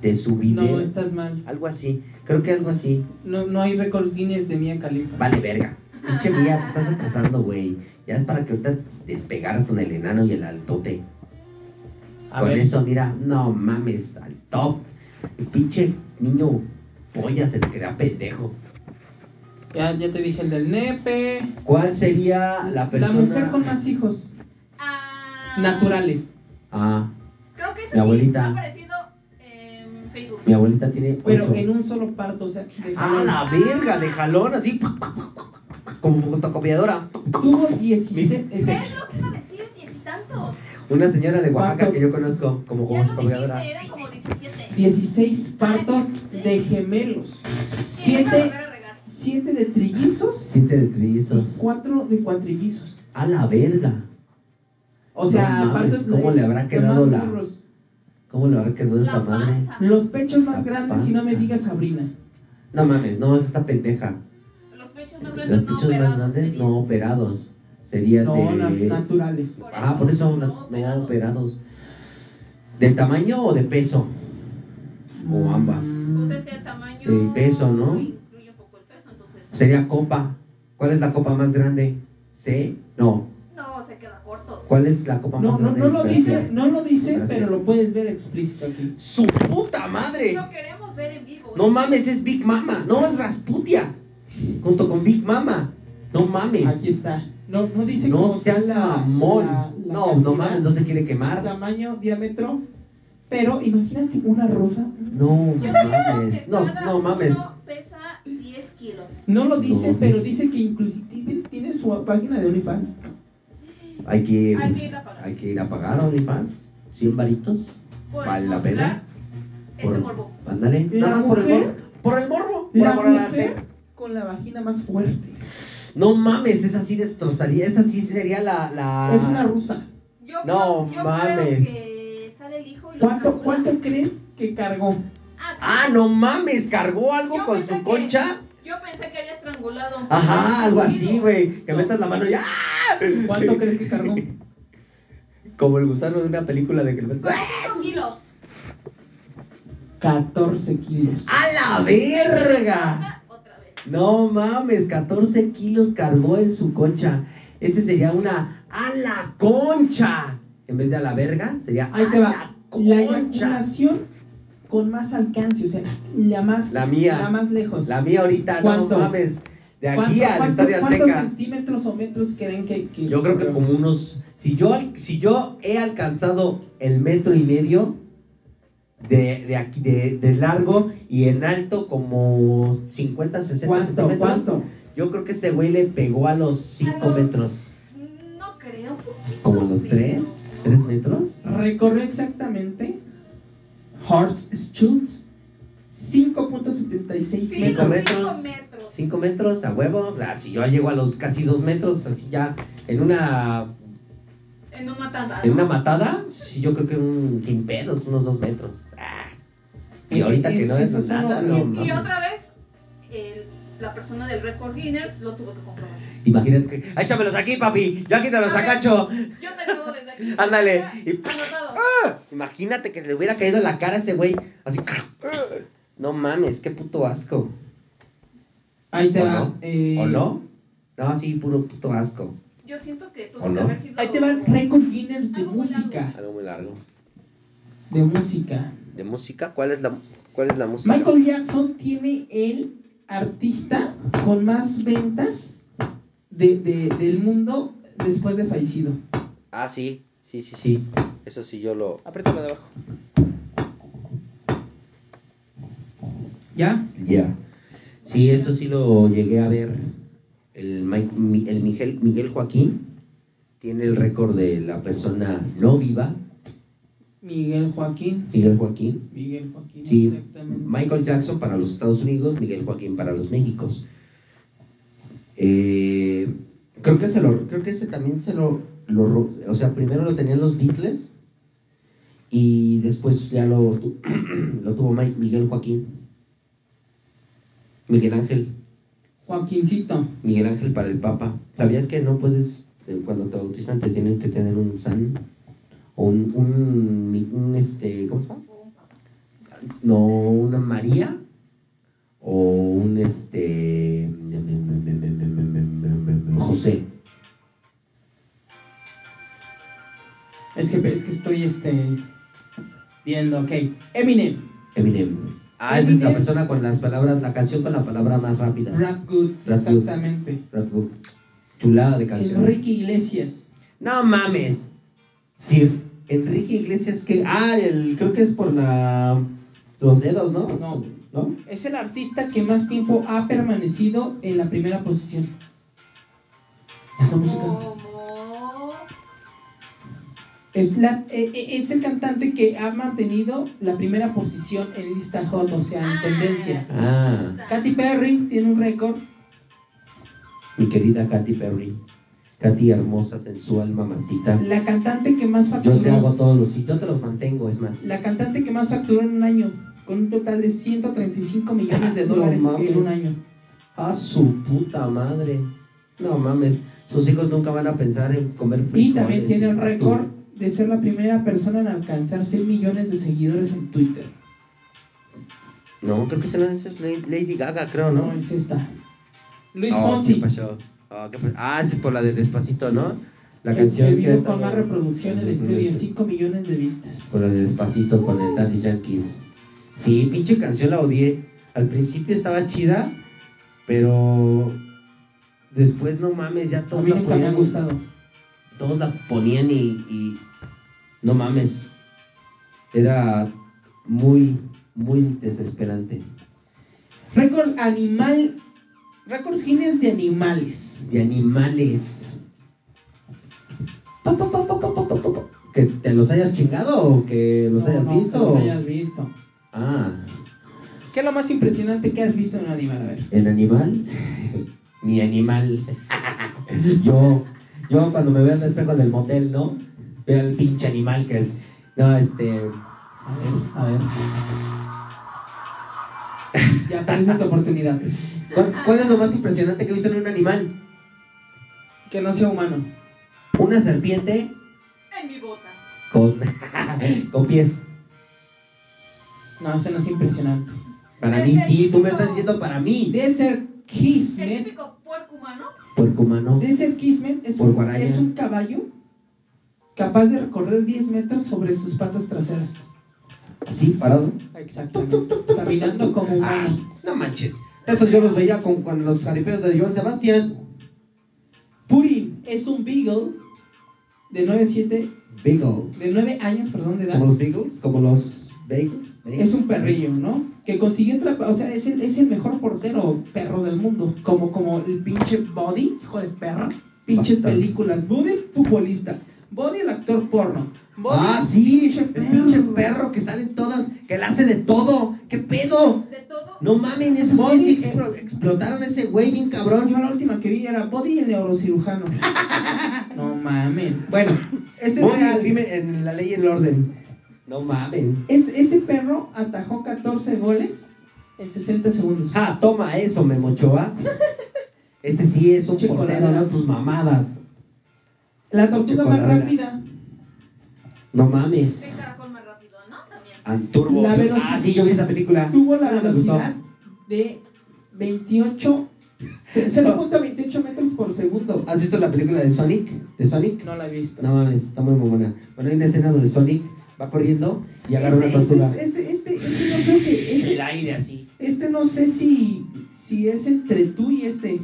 D: de su video.
C: No, estás mal.
D: Algo así. Creo que algo así.
C: No, no hay récord Guinness de Mia Khalifa.
D: Vale, verga. Pinche mía, te estás atrasando, güey. Ya es para que ahorita despegaras con el enano y el altote.
C: A
D: Con
C: ver,
D: eso, mira, no mames, al top. El pinche niño polla se te queda pendejo.
C: ya, ya te dije el del nepe.
D: ¿Cuál sería la persona?
C: La mujer con más hijos
B: Ah,
C: naturales.
D: Ah,
B: Creo que
D: Mi
B: ese
D: abuelita.
B: abuelita. sí ha aparecido en Facebook.
D: mi abuelita tiene
C: Pero
D: ocho.
C: en un solo parto, o sea, de
D: Ah,
C: jalón.
D: la verga, de jalón, así. Como fotocopiadora.
C: Tuvo 16.
B: ¿Ves lo que iba a decir? Diez y tantos.
D: Una señora de Oaxaca
C: ¿Cuánto?
D: que yo conozco como
B: Ya lo
D: fotocopiadora.
B: dijiste, eran como 17.
C: 16 partos de gemelos,
B: Sí, es para
C: siete.
B: volver a regar.
C: 7 de trillizos
D: Siete de
C: y
D: trillizos.
C: 4 de cuatrillizos.
D: A la verga.
C: O sea,
D: No mames,
C: partos
D: ¿cómo
C: de-
D: le habrá
C: de
D: quedado
C: más
D: la-
C: burros.
D: ¿Cómo le habrá quedado
B: La
D: esa madre?
B: panza.
C: Los pechos más
D: La
C: grandes, y no me
D: panza.
C: digas Sabrina.
D: No mames, no, es esta pendeja.
B: Los pechos más
D: Los
B: grandes no
D: pichos más
B: operados.
D: grandes
B: sería.
D: no operados. Sería
C: No,
D: de...
C: na- naturales.
D: Ah, por eso
B: no
D: no, no
B: operados.
D: operados. ¿De tamaño o de peso? O ambas.
C: Mm.
B: Pues este el tamaño.
D: El peso, ¿no?
B: Incluye un poco el peso, entonces.
D: Sería copa. ¿Cuál es la copa más grande? ¿Sí? No.
B: No, se queda corto.
D: ¿Cuál es la copa
C: No,
D: más
C: no,
D: grande?
C: no lo
D: Gracias.
C: dice, no lo dice,
D: Gracias.
C: pero lo puedes ver explícito aquí.
D: ¡Su puta madre!
B: Lo queremos ver en vivo. ¿eh?
D: No mames, es Big Mama. No, es Rasputia. Junto con Big Mama. No mames.
C: Aquí está. No, no dice
D: No
C: como
D: sea
C: tal
D: la mol. No, no mames, no se quiere quemar.
C: Tamaño, diámetro, pero imagínate una rosa.
D: No
B: Yo creo
D: mames.
B: que
D: No,
B: cada
D: no mames.
B: uno pesa 10 kilos.
C: No lo dice,
D: No.
C: pero dice que inclusive tiene su página de OnlyFans.
D: Hay que ir,
B: Hay que ir a pagar.
D: hay que ir a pagar a OnlyFans. 100 varitos.
B: Por
D: ¿Vale la
B: mostrar
D: pena?
B: Ese este morbo.
D: Ándale.
C: La
D: Nada más por el
C: mujer-
D: morbo. Por el morbo. por
C: La
D: amor al arte.
C: mujer con la vagina más fuerte.
D: No mames, esa sí destrozaría. Esa sí sería la. la...
C: Es una rusa.
B: Yo
D: No
B: creo, yo
D: mames.
B: creo que sale el hijo y lo
C: ¿Cuánto,
B: calcula.
C: ¿Cuánto crees que cargó?
D: Ah, no mames, cargó algo
B: Yo
D: con
B: pensé
D: su
B: que-
D: concha.
B: Yo pensé que había estrangulado. a un
D: Ajá, algo así,
B: individuo.
D: güey. Que metas la mano y ¡ah! *laughs*
C: ¿Cuánto crees que cargó?
D: Como el gusano de una película de que le metes- ¡Ah,
B: ¿Cuántos kilos?
C: 14 kilos.
D: ¡A la verga!
B: Otra- Otra vez.
D: No mames, 14 kilos cargó en su concha. Este sería una ¡a la concha! En vez de a la verga, sería
C: Ahí
D: ¡a
C: te
D: la
C: va. La
D: concha!
C: eyaculación con más alcance, o sea, la más,
D: La mía.
C: la más lejos.
D: La mía ahorita,
C: ¿Cuánto?
D: no mames. De aquí
C: ¿Cuánto-
D: al
C: cuánto-
D: Estadio
C: ¿Cuántos
D: Azteca.
C: centímetros o metros creen que, que-
D: Yo creo que como unos. Si yo, al- si yo he alcanzado el metro y medio de, de aquí de, de largo y en alto como 50, 60
C: ¿Cuánto?
D: centímetros.
C: ¿Cuánto?
D: Yo creo que este güey le pegó a los 5
E: los-
D: metros.
E: No creo.
D: ¿Como a los 3? ¿3 metros?
C: Recorrió exactamente Horst Schultz 5.76
E: Cinco
C: metros.
E: metros. metros.
D: 5 metros a huevo. O sea, si yo llego a los casi 2 metros, así ya en una
E: En un matadero.
D: en una matada, sí, yo creo que un, sin pedos, unos 2 metros. Ah. Y ahorita que no es
C: Eso es
D: nada,
C: uno-
D: no,
C: y-
B: Y
D: mames.
B: otra vez, el- la persona del Record Guinness lo tuvo que comprobar.
D: Imagínate que. "Ah, Échamelos aquí, papi. Yo aquí te los
E: A ver.
D: agacho.
E: Yo te ayudo desde aquí.
D: Ándale. Y-
E: Anotado.
D: ¡Ah! Imagínate que le hubiera caído en la cara a ese güey. Así. ¡ah! No mames, qué puto asco.
C: Ahí te
D: ¿O
C: va.
D: no?
C: eh,
D: ¿O no? No, sí, puro puto asco.
E: Yo siento que
D: ¿O
E: tuvo
D: no?
E: que haber sido.
C: Ahí te va el récord Guinness de
E: Algo muy largo.
C: música.
D: Algo muy largo.
C: De música.
D: ¿De música? ¿Cuál es la, cuál es la música?
C: Michael Jackson tiene el artista con más ventas de, de- del mundo después de fallecido.
D: Ah, sí. Sí, sí, sí. Eso sí, yo lo.
F: Apriétalo de abajo.
C: ¿Ya?
D: Ya. Sí, eso sí lo llegué a ver. El, Mike- Mi- el Miguel, Miguel Joaquín tiene el récord de la persona no viva.
C: Miguel Joaquín.
D: Miguel Joaquín.
C: Miguel Joaquín,
D: Sí,
C: exactamente.
D: Michael Jackson para los Estados Unidos, Miguel Joaquín para los Méxicos. Eh, creo que se lo, creo que ese también se lo, lo ro- o sea, primero lo tenían los Beatles y después ya lo, tu- *clears throat* lo tuvo Mi- Miguel Joaquín, Miguel Ángel,
C: Joaquincito.
D: Miguel Ángel para el Papa. ¿Sabías que no puedes eh, cuando te bautizan te tienen que tener un san o un, un, un, este, ¿cómo se llama? no una María o un este José
C: Es que, es que estoy este, viendo, ok. Eminem,
D: Eminem. Ah, esa es
C: Eminem.
D: la persona con las palabras, la canción con la palabra más rápida.
C: Rap Good,
D: Rap Good.
C: exactamente.
D: Rap Group. Chulada de canción.
C: Enrique Iglesias.
D: No mames. Sí, Enrique Iglesias que ah, el creo que es por la los dedos, ¿no?
C: No.
D: ¿No?
C: Es el artista que más tiempo ha permanecido en la primera posición. Esa música.
E: Como.
C: Es, la- eh, eh, es el cantante que ha mantenido la primera posición en lista hot, o sea, en
E: Ah.
C: tendencia.
D: Ah,
C: Katy Perry tiene un récord.
D: mi querida Katy Perry. Katy hermosa, sensual, mamacita.
C: La cantante que más
D: Yo te hago
C: facturó.
D: todos los, yo te los mantengo, es más.
C: La cantante que más facturó en un año, con un total de 135 millones de
D: Ah, No
C: dólares
D: mames.
C: en un año.
D: A su puta madre. No mames, sus hijos nunca van a pensar en comer
C: Y
D: frijoles
C: también tiene el
D: pato.
C: récord de ser la primera persona en alcanzar 100 millones de seguidores en Twitter.
D: No, creo que se lo dice Lady Gaga, creo,
C: No,
D: ¿no?
C: es esta. Luis
D: Oh,
C: Fonsi.
D: ¿qué pasó? Ah, ¿qué pasó? Ah, es por la de Despacito, ¿no? La
C: el-
D: canción
C: el
D: que
C: video
D: está-
C: con más reproducciones de estudio, 5 millones de vistas.
D: Con la de Despacito, con el Daddy Yankee. Sí, pinche canción la odié. Al principio estaba chida, pero después no mames, ya
C: A
D: todos
C: mí
D: la
C: nunca me ha
D: ponían-
C: gustado.
D: todos la ponían y, y no mames, era muy, muy desesperante.
C: Récord animal. Récord Guinness de animales.
D: De animales. Pa, pa, pa, pa, pa, pa, pa, pa, pa. ¿Que te los hayas chingado o que los
C: No,
D: hayas
C: no,
D: visto?
C: Los hayas visto.
D: Ah,
C: ¿Qué es lo más impresionante que has visto en un animal? A ver.
D: ¿el animal? *laughs* Mi animal. *laughs* yo, yo cuando me veo en el espejo del motel, ¿no? Veo al pinche animal que es... No, este...
C: A ver, a ver. Ya perdiste tu oportunidad.
D: ¿Cuál, cuál es lo más impresionante que he visto en un animal?
C: Que no sea humano.
D: Una serpiente
E: En mi bota.
D: con, *laughs* con pies.
C: No, eso no es impresionante.
D: Para mí sí, tú me estás diciendo para mí.
C: Desert
E: El
C: Kismet.
E: típico puerco humano.
D: Puerco humano.
C: Desert Kismet es
D: Por
C: un,
D: guaraña.
C: es un caballo capaz de recorrer 10 metros sobre sus patas traseras.
D: así, parado.
C: Exacto. Caminando como
D: Ah,
C: humano.
D: no manches. Esos yo los veía con, con los jaripes de Joan Sebastián.
C: Puri es un beagle de 9, siete-
D: Beagle.
C: de 9 años perdón, de edad.
D: Como los Beagles, como los ¿eh? Bagels.
C: Es un perrillo, ¿no? Que consiguió atrapar, o sea, es el, es el mejor portero perro del mundo. Como, como el pinche Body, hijo de perra. Pinches
D: Bastante.
C: películas. Body, futbolista. Body, el actor porno. Body,
D: Ah, sí,
C: pinche
D: el pinche perro que sale en todas, que la hace de todo. ¿Qué pedo?
E: De todo.
D: No mamen, esos
C: Body,
D: güeyes
C: eh.
D: explo- explotaron ese güey bien cabrón.
C: Yo la última que vi era Body, el neurocirujano. no mames. Bueno, este es
D: Body,
C: real.
D: dime, en la ley y el orden. No mamen.
C: Es- este perro atajó 14 goles en 60 segundos.
D: Ah, toma eso, Memochoa. Ese sí es un
C: Pinche
D: portero,
C: coladera.
D: no tus mamadas.
C: La tortuga más
D: Chocolate.
C: rápida.
D: No mames.
E: El caracol más rápido, ¿no? También.
D: Anturbo.
C: La velocidad-
D: Ah, sí, yo vi esa película.
C: tuvo la
D: Ah, me
C: velocidad
D: gustó.
C: de 28 0.28 metros por segundo.
D: ¿Has visto la película de Sonic? ¿De Sonic?
C: No la he visto.
D: No mames, está muy buena. Bueno, hay una escena donde Sonic va corriendo y agarra una tortuga.
C: Este, este, este no creo que- este-
D: aire así.
C: este no sé si, si es entre tú y este.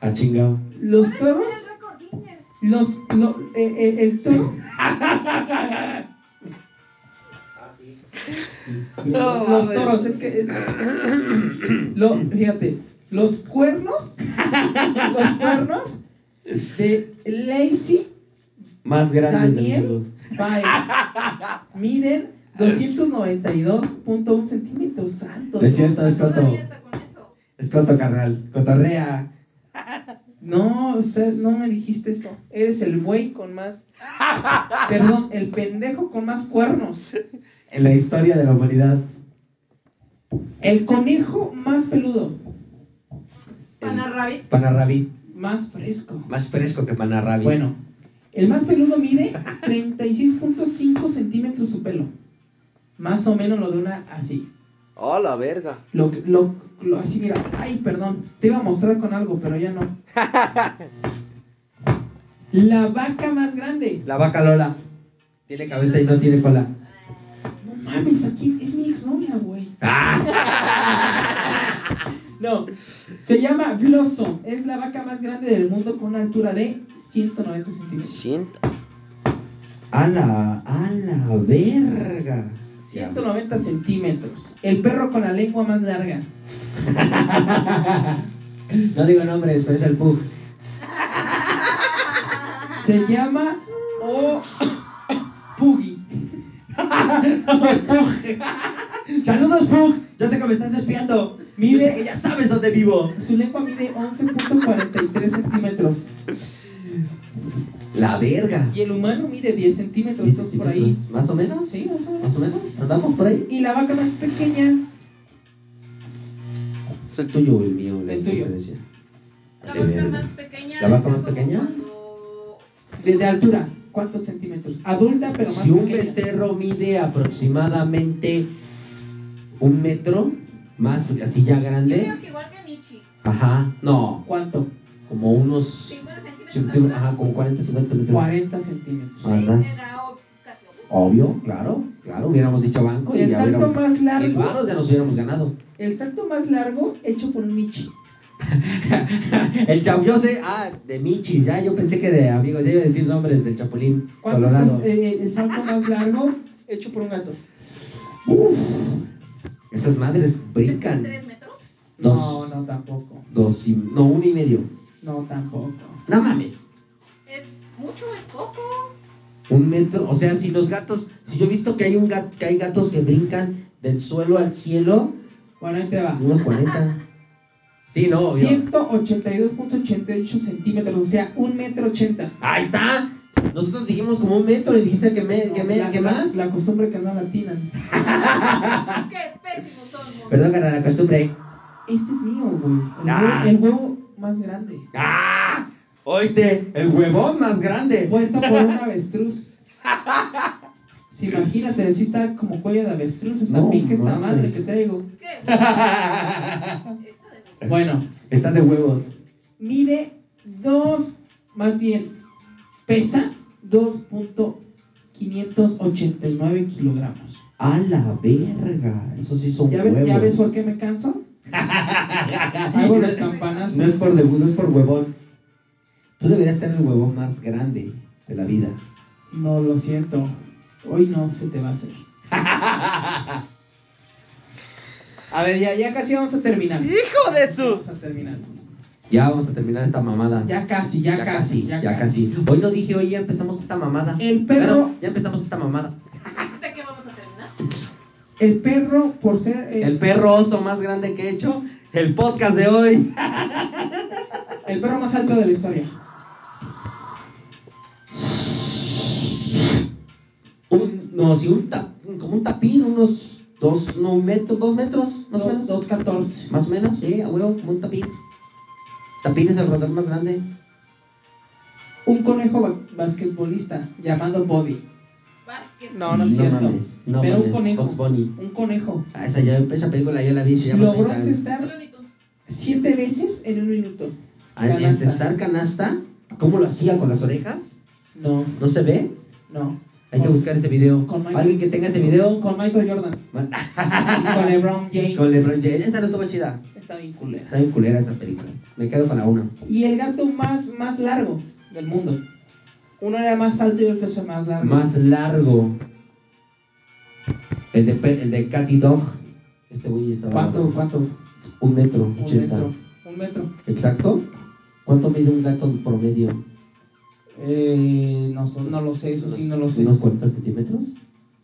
D: Ah, chingado.
C: Los
E: Puede
C: perros,
E: ser el récord Guinness.
C: los, lo- eh, eh, el
D: *laughs*
C: toro,
D: No,
C: los
D: mames.
C: toros, es que, es- lo, fíjate, los cuernos, los cuernos de Lacey
D: Más grande
C: Daniel Baez. Miden 292.1 centímetros. Santo.
D: Es cierto, es corto.
E: Todavía está con eso.
D: Es corto, carnal. Cotorrea.
C: No, usted no me dijiste eso. Eres el buey con más. Perdón, el pendejo con más cuernos.
D: En la historia de la humanidad.
C: El conejo más peludo.
E: Panarrabi.
D: Panarrabí.
C: Más fresco.
D: Más fresco que Panarrabí.
C: Bueno, el más peludo mide 36.5 centímetros su pelo. Más o menos lo de una así.
F: ¡Ah, la verga!
C: Lo, que- lo, lo- así mira, ay, perdón, te iba a mostrar con algo, pero ya no. La vaca más grande.
D: La vaca Lola. Tiene cabeza y no tiene cola.
C: No mames, aquí es mi exnovia, güey. No, se llama Blossom. Es la vaca más grande del mundo con una altura de 190 centímetros.
F: Siento.
D: A la, a la verga.
C: 190 centímetros. El perro con la lengua más larga.
D: No digo nombres, pero es el Pug.
C: Se llama O. *coughs* Puggy.
D: Saludos, Pug. Yo sé que me estás espiando.
C: Mire.
D: Mire, que ya sabes dónde vivo.
C: Su lengua mide 11.43 centímetros.
D: La verga.
C: Y el humano mide 10 centímetros. Entonces, por ahí.
D: ¿Más o menos?
C: Sí, más o menos.
D: ¿Más o menos? ¿Andamos por ahí?
C: Y la vaca más pequeña
D: ¿Es el tuyo o el mío?
C: El tuyo.
D: diferencia?
E: La
D: Vale,
E: vaca
D: verga.
E: más pequeña.
D: ¿La vaca
E: es
D: más
E: como
D: pequeña?
E: cuando-
C: Desde altura, ¿cuántos centímetros? Adulta, pero más
D: Si un
C: pequeña.
D: becerro mide aproximadamente un metro, más así ya
E: Yo
D: grande,
E: creo que igual que Michi.
D: ajá, no,
C: ¿Cuánto?
D: como unos
E: 50 centímetros.
D: 50, ajá, como 40, 50 metros.
C: 40 centímetros.
E: Sí,
D: Ajá.
E: era ob- casi obvio.
D: Obvio, claro, claro, hubiéramos dicho banco y
C: El
D: ya
C: salto
D: hubiéramos,
C: más largo.
D: en varos ya nos hubiéramos ganado. *laughs*
C: El salto más largo hecho por un Michi.
D: el chapuyote, ah, de Michi, ya yo pensé que de amigos, ya iba a decir nombres del Chapulín
C: ¿Cuánto es
D: Colorado.
C: el- eh, el salto más largo hecho por un gato?
D: Uf, esas madres brincan.
E: ¿Tres metros?
D: Dos.
C: No, no tampoco.
D: Dos y, no, uno y medio.
C: No tampoco.
D: No mames.
E: ¿Es mucho? ¿Es poco?
D: Un metro, o sea, si los gatos, si yo he visto que hay un gat- que hay gatos que brincan del suelo al cielo,
C: Bueno, ahí te va.
D: unos 40. Sí, no, obvio.
C: 182.88 centímetros, o sea, un metro ochenta.
D: Ahí está. Nosotros dijimos como un metro y dijiste que me, que me,
C: La-
D: que más.
C: La costumbre que no latinan.
D: Ah.
E: ¡Qué pésimos somos!
D: Perdón, cara, la costumbre.
C: Este es mío, güey. El,
D: Ah.
C: huevo, el huevo más grande.
D: ¡Ah! Oíste, el huevón más grande. *laughs*
C: Puesto por un avestruz. Si imagínate, así está como cuello de avestruz, está
D: No,
C: pique esta
D: mames.
C: madre que traigo.
E: ¡Qué
D: *laughs*
E: *laughs* Esta de-
C: Bueno,
D: Está de huevos.
C: mide 2, más bien, pesa 2.589 kilogramos.
D: A la verga. Eso sí son
C: ¿Ya ves,
D: huevos.
C: ¿Ya ves por qué
D: *laughs*
C: me canso? Hago las campanas.
D: No es por debut, no es por huevón. Tú deberías tener el huevón más grande de la vida.
C: No, lo siento. Hoy no se te va a hacer. *laughs* A ver, ya, ya casi vamos a terminar.
F: ¡Hijo de su!
C: Vamos a terminar.
D: Ya vamos a terminar esta mamada.
C: Ya casi, ya, casi,
D: ya, casi. Hoy no dije, hoy ya empezamos esta mamada.
C: El perro-
D: Pero ya empezamos esta mamada.
E: ¿De qué vamos a terminar?
C: El perro, por ser. eh,
D: El perro oso más grande que he hecho. El podcast de hoy.
C: el perro más alto de la historia.
D: Un, no, sí, un tap- como un tapín, unos dos, no, un metro, dos metros, más o menos.
C: 214.
D: Más o menos, sí, a huevo, como un tapín. Tapín es el rotor más grande.
C: Un conejo ba- basquetbolista llamado Bobby.
E: Básquet.
C: No, no es cierto.
D: mames, no
C: Pero un
D: mames,
C: conejo.
D: Bugs Bunny.
C: Un conejo.
D: Ah, esa, ya, esa película yo la vi, se llama
C: Logró
D: Tarzán.
C: encestar
E: Looney Tunes.
C: siete veces en un minuto.
D: Al
C: Canasta.
D: encestar canasta, ¿cómo lo hacía con las orejas?
C: No,
D: ¿No se ve?
C: no.
D: Hay que
C: Con-
D: buscar ese video.
C: con Michael-
D: Alguien que tenga ese video. ah,
C: Con Michael *laughs* Jordan. y con LeBron James.
D: Con LeBron James. Esa no estuvo chida.
C: Está bien culera.
D: Está bien culera esa película. Me quedo con la una.
C: Y el gato más, más largo del mundo. Uno era más alto y el otro era más largo.
D: Más largo. El de, pe- el de Catty Dog. Ese güey estaba.
C: ¿Cuánto? ¿Cuánto?
D: Un metro.
C: Un
D: ochenta.
C: metro. Un metro.
D: Exacto. ¿Cuánto mide un gato en promedio?
C: Eh, no, so- no lo sé, eso sí, no lo sé.
D: ¿Unos 40 centímetros?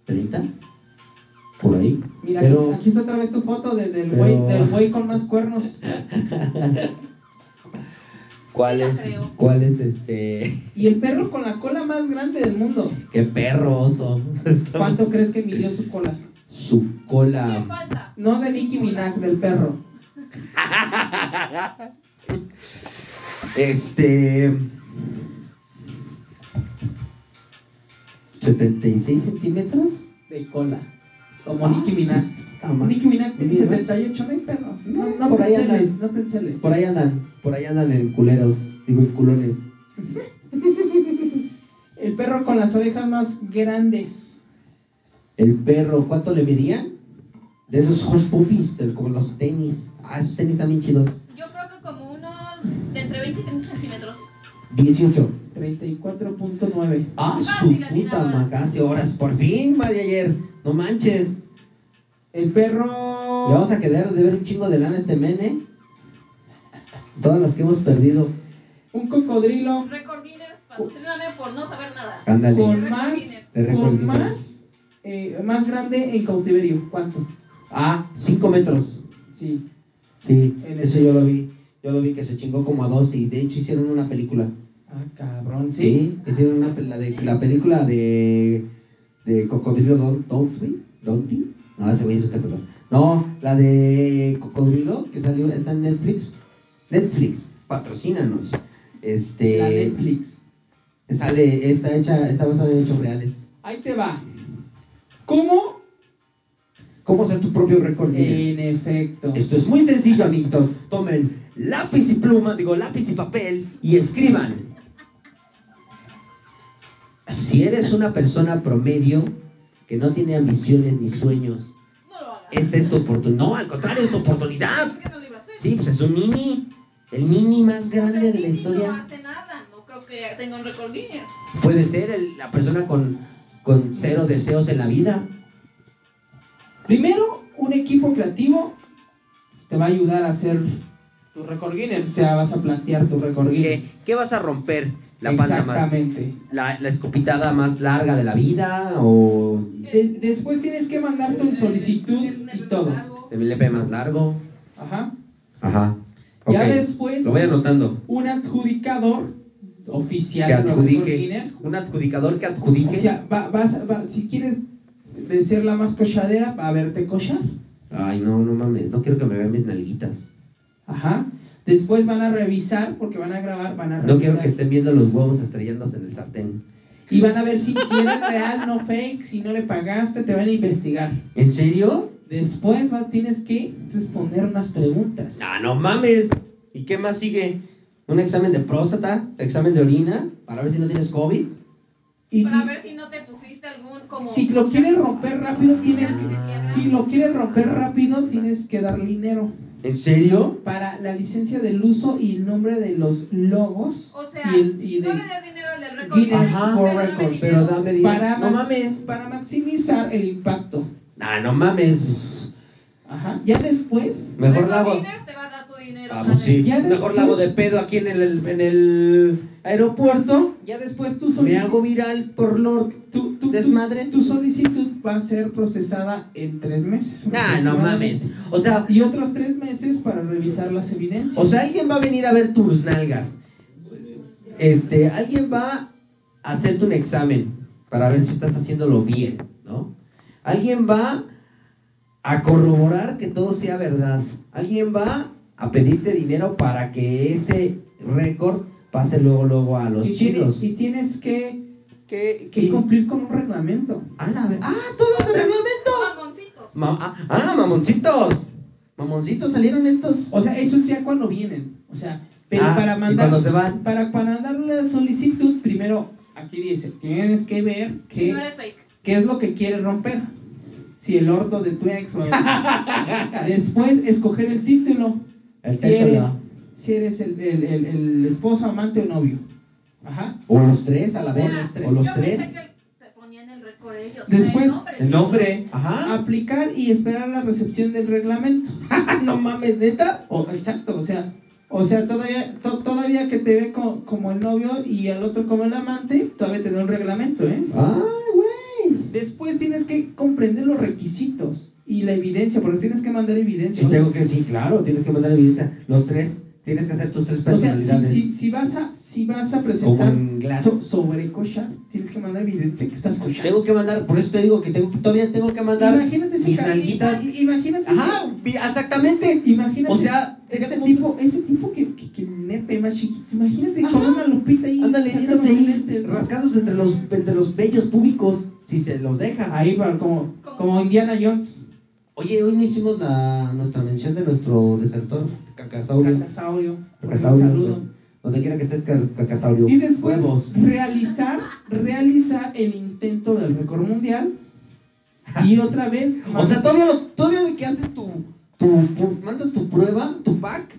D: ¿30? Por ahí.
C: Mira,
D: Pero-
C: aquí, aquí está otra vez tu foto del del güey
D: Pero-
C: del güey con más cuernos.
D: ¿Cuál
E: Ya
D: es?
E: creo.
D: ¿Cuál es este? *laughs*
C: Y el perro con la cola más grande del mundo.
D: ¡Qué perro oso!
C: ¿Cuánto crees que midió su cola?
D: Su
E: ¿Quién
D: cola.
E: falta?
C: No de Nicki Minaj, del perro.
D: Este. 76 centímetros.
C: De cola.
D: Ah.
C: Como Nicki Minaj.
D: Jamás.
C: Nicki Minaj tiene
D: Ni más.
C: 78 mil perros. No, no,
D: ¿eh? Por
C: te
D: ahí andan.
C: enceles, no te enceles.
D: Por ahí andan, por ahí andan en culeros, digo en culones.
C: El perro con las orejas más grandes.
D: El perro, ¿cuánto le medían? De esos horse puppies, del- como los tenis. Ah, esos tenis también chidos.
E: Yo creo que como unos de entre 20 y 30 centímetros.
D: 18.
C: 34.9.
D: Ah,
E: Casi
D: su
E: la
D: puta
E: tiraba.
D: ma- casi horas. Por fin, María ayer. No manches. Le
C: El perro.
D: vamos a quedar de ver un chingo de lana a este men, ¿eh? Todas las que hemos perdido.
C: Un cocodrilo
E: Record Guinness, patrocíname por no saber nada.
D: Ándale.
C: con
E: Record
C: más,
E: Guinness.
D: Te recuerdo.
C: con más, eh, más grande en cautiverio. ¿Cuánto?
D: Ah, 5 metros.
C: Sí.
D: Sí,
C: En
D: eso
C: el-
D: yo lo vi. Yo lo vi que se chingó como a dos y de hecho hicieron una película.
C: Ah, cabrón,
D: Sí, hicieron una pel- la, de, la película de, de Cocodrilo Don- Donkey. Donkey. No, ese güey es un cazador. No, la de Cocodrilo que salió, está en Netflix. Netflix, patrocínanos. Este,
C: La Netflix.
D: Sale, está hecha, está basada en hechos reales.
C: Ahí te va. ¿Cómo?
D: ¿Cómo hacer tu propio récord? Guinness?
C: En efecto.
D: Esto es muy sencillo, amiguitos. Tomen lápiz y pluma, digo lápiz y papel y escriban. Si eres una persona promedio que no tiene ambiciones ni sueños,
E: No lo hagas.
D: esta es tu oportunidad. No, al contrario, es tu oportunidad.
E: ¿Por qué no lo iba a hacer?
D: Sí, pues es un mini. El mini más grande de la
E: Pero Disney No
D: historia.
E: hace nada, no creo que tenga un récord Guinness.
D: Puede ser el- la persona con, con cero deseos en la vida.
C: Primero, un equipo creativo te va a ayudar a hacer tu récord Guinness. O sea, vas a plantear tu récord Guinness.
D: ¿Qué, qué vas a romper? La panza más.
C: Exactamente.
D: La, la escopitada más larga de la vida o
C: De- después tienes que mandar
E: Eh,
C: tu solicitud y todo.
D: el LP más largo.
C: Ajá.
D: Ajá.
C: Ya
D: Ok.
C: después-
D: Lo voy anotando.
C: Un adjudicador oficial
D: Que
C: de los récord
D: adjudique.
C: Guinness.
D: Un adjudicador que
C: O
D: adjudique.
C: sea, va- vas- va- si quieres de ser la más cochadera, va a verte cochar.
D: Ay, no, no mames. No quiero que me vean mis nalguitas.
C: Ajá. Después van a revisar, porque van a grabar, van a revisar.
D: No quiero que estén viendo los huevos estrellándose en el sartén.
C: Y van a ver si, si eres real, no fake, si no le pagaste, te van a investigar.
D: ¿En serio?
C: Después va- tienes que responder unas preguntas.
D: Ah, no mames. ¿Y qué más sigue? Un examen de próstata, examen de orina, para ver si no tienes COVID.
C: Y
E: Para
C: si-
E: ver si no te pusiste algún como...
C: Si lo quieres romper rápido, tienes que...
E: Ah.
C: Si lo quieres romper rápido, tienes que darle dinero.
D: ¿En serio?
C: Para la licencia del uso y el nombre de los logos.
E: O sea,
C: y el, y
E: no
C: del-
E: le des dinero al del récord.
C: Guinness
E: pero
D: Ajá,
C: World
E: dame
C: Record,
E: dinero.
D: pero dame dinero.
C: para,
D: no
C: ma-
D: mames.
C: para maximizar el impacto.
D: Ah, no mames.
C: Ajá. Ya después,
D: Mejor
E: Record
D: la hago.
E: Guinness te va a dar tu dinero.
D: Ah, pues sí.
C: Ya
D: Mejor
C: después-
D: la hago de pedo aquí en el, en el aeropuerto.
C: ya después tú
D: Me hago viral por Lord.
C: tu, tu-
D: Desmadre.
C: tu solicitud va a ser procesada en tres meses.
D: Ah, no mames. O sea,
C: Y otros tres meses para revisar las evidencias.
D: o sea, alguien va a venir a ver tus nalgas. Este, alguien va a hacerte un examen para ver si estás haciéndolo bien, ¿no? Alguien va a corroborar que todo sea verdad. Alguien va a pedirte dinero para que ese récord pase luego luego a los
C: y, tienes,
D: chicos.
C: y tienes que, que, que
D: Y-
C: cumplir con un reglamento.
D: Ah, la ve- ah, todo el reglamento.
E: Mamoncitos.
D: Ma- ah, ah, mamoncitos. Mamoncitos salieron estos.
C: O sea, eso es ya cuando vienen. O sea, pero
D: Ah,
C: para
D: y
C: mandar.
D: cuando se van.
C: Para, para mandar la solicitud, primero, aquí dice: tienes que ver
E: Si
C: que.
E: no eres fake.
C: ¿Qué es lo que quieres romper? Si el orto de tu ex
D: *laughs*
C: o algo así. Después, escoger el título.
D: El
C: si eres,
D: título.
C: si eres el, el, el- el esposo, amante o novio. Ajá.
D: O los tres a la vez.
E: Ahora,
D: O los
E: yo
D: tres.
E: pensé que te ponían el récord ellos.
C: Después,
E: el nombre.
D: El nombre. Ah, Ajá.
C: Aplicar y esperar la recepción del
D: *laughs*
C: reglamento. *laughs*
D: no mames, neta.
C: O- exacto, o sea, o sea todavía to- todavía que te ve co- como el novio y al otro como el amante, todavía te da un reglamento, ¿eh?
D: Ay, güey.
C: Después tienes que comprender los requisitos y la evidencia, porque tienes que mandar evidencia.
D: Sí, tengo que, sí, claro, tienes que mandar evidencia. Los tres. Tienes que hacer tus tres
C: O sea,
D: personalidades.
C: si, si- si vas a, si vas a
D: Como
C: presentar
D: en Glass.
C: so- sobre cochar, tienes que mandar evidencia que estás cochando.
D: Tengo que mandar, por eso te digo que tengo, todavía tengo que mandar
C: Imagínate ese
D: mis
C: ca-
D: nalguitas.
C: i- Imagínate.
D: Ajá, vi- exactamente.
C: Imagínate.
D: O sea,
C: ese
D: este punto-
C: tipo, ese tipo que, que, que nepe más chiquito. Imagínate
D: Ajá.
C: con una lupita ahí.
D: Ándale,
C: sacando
D: yéndose ahí,
C: lentes, ¿no?
D: rascándose entre los, entre los bellos públicos, si se los deja.
C: Ahí, pero como,
E: Como-
C: como Indiana Jones.
D: Oye, hoy no hicimos la, nuestra mención de nuestro desertor, Cacasaurio.
C: Cacasaurio. Un
D: Cacasaurio.
C: saludo.
D: Donde quiera que estés, ca- Cacasaurio.
C: Y después
D: Huevos.
C: realizar, realizar el intento del récord mundial. Y otra vez.
D: *laughs* O sea, todavía, lo- todavía de que haces tu, tu, tu- mandas tu prueba, tu pack,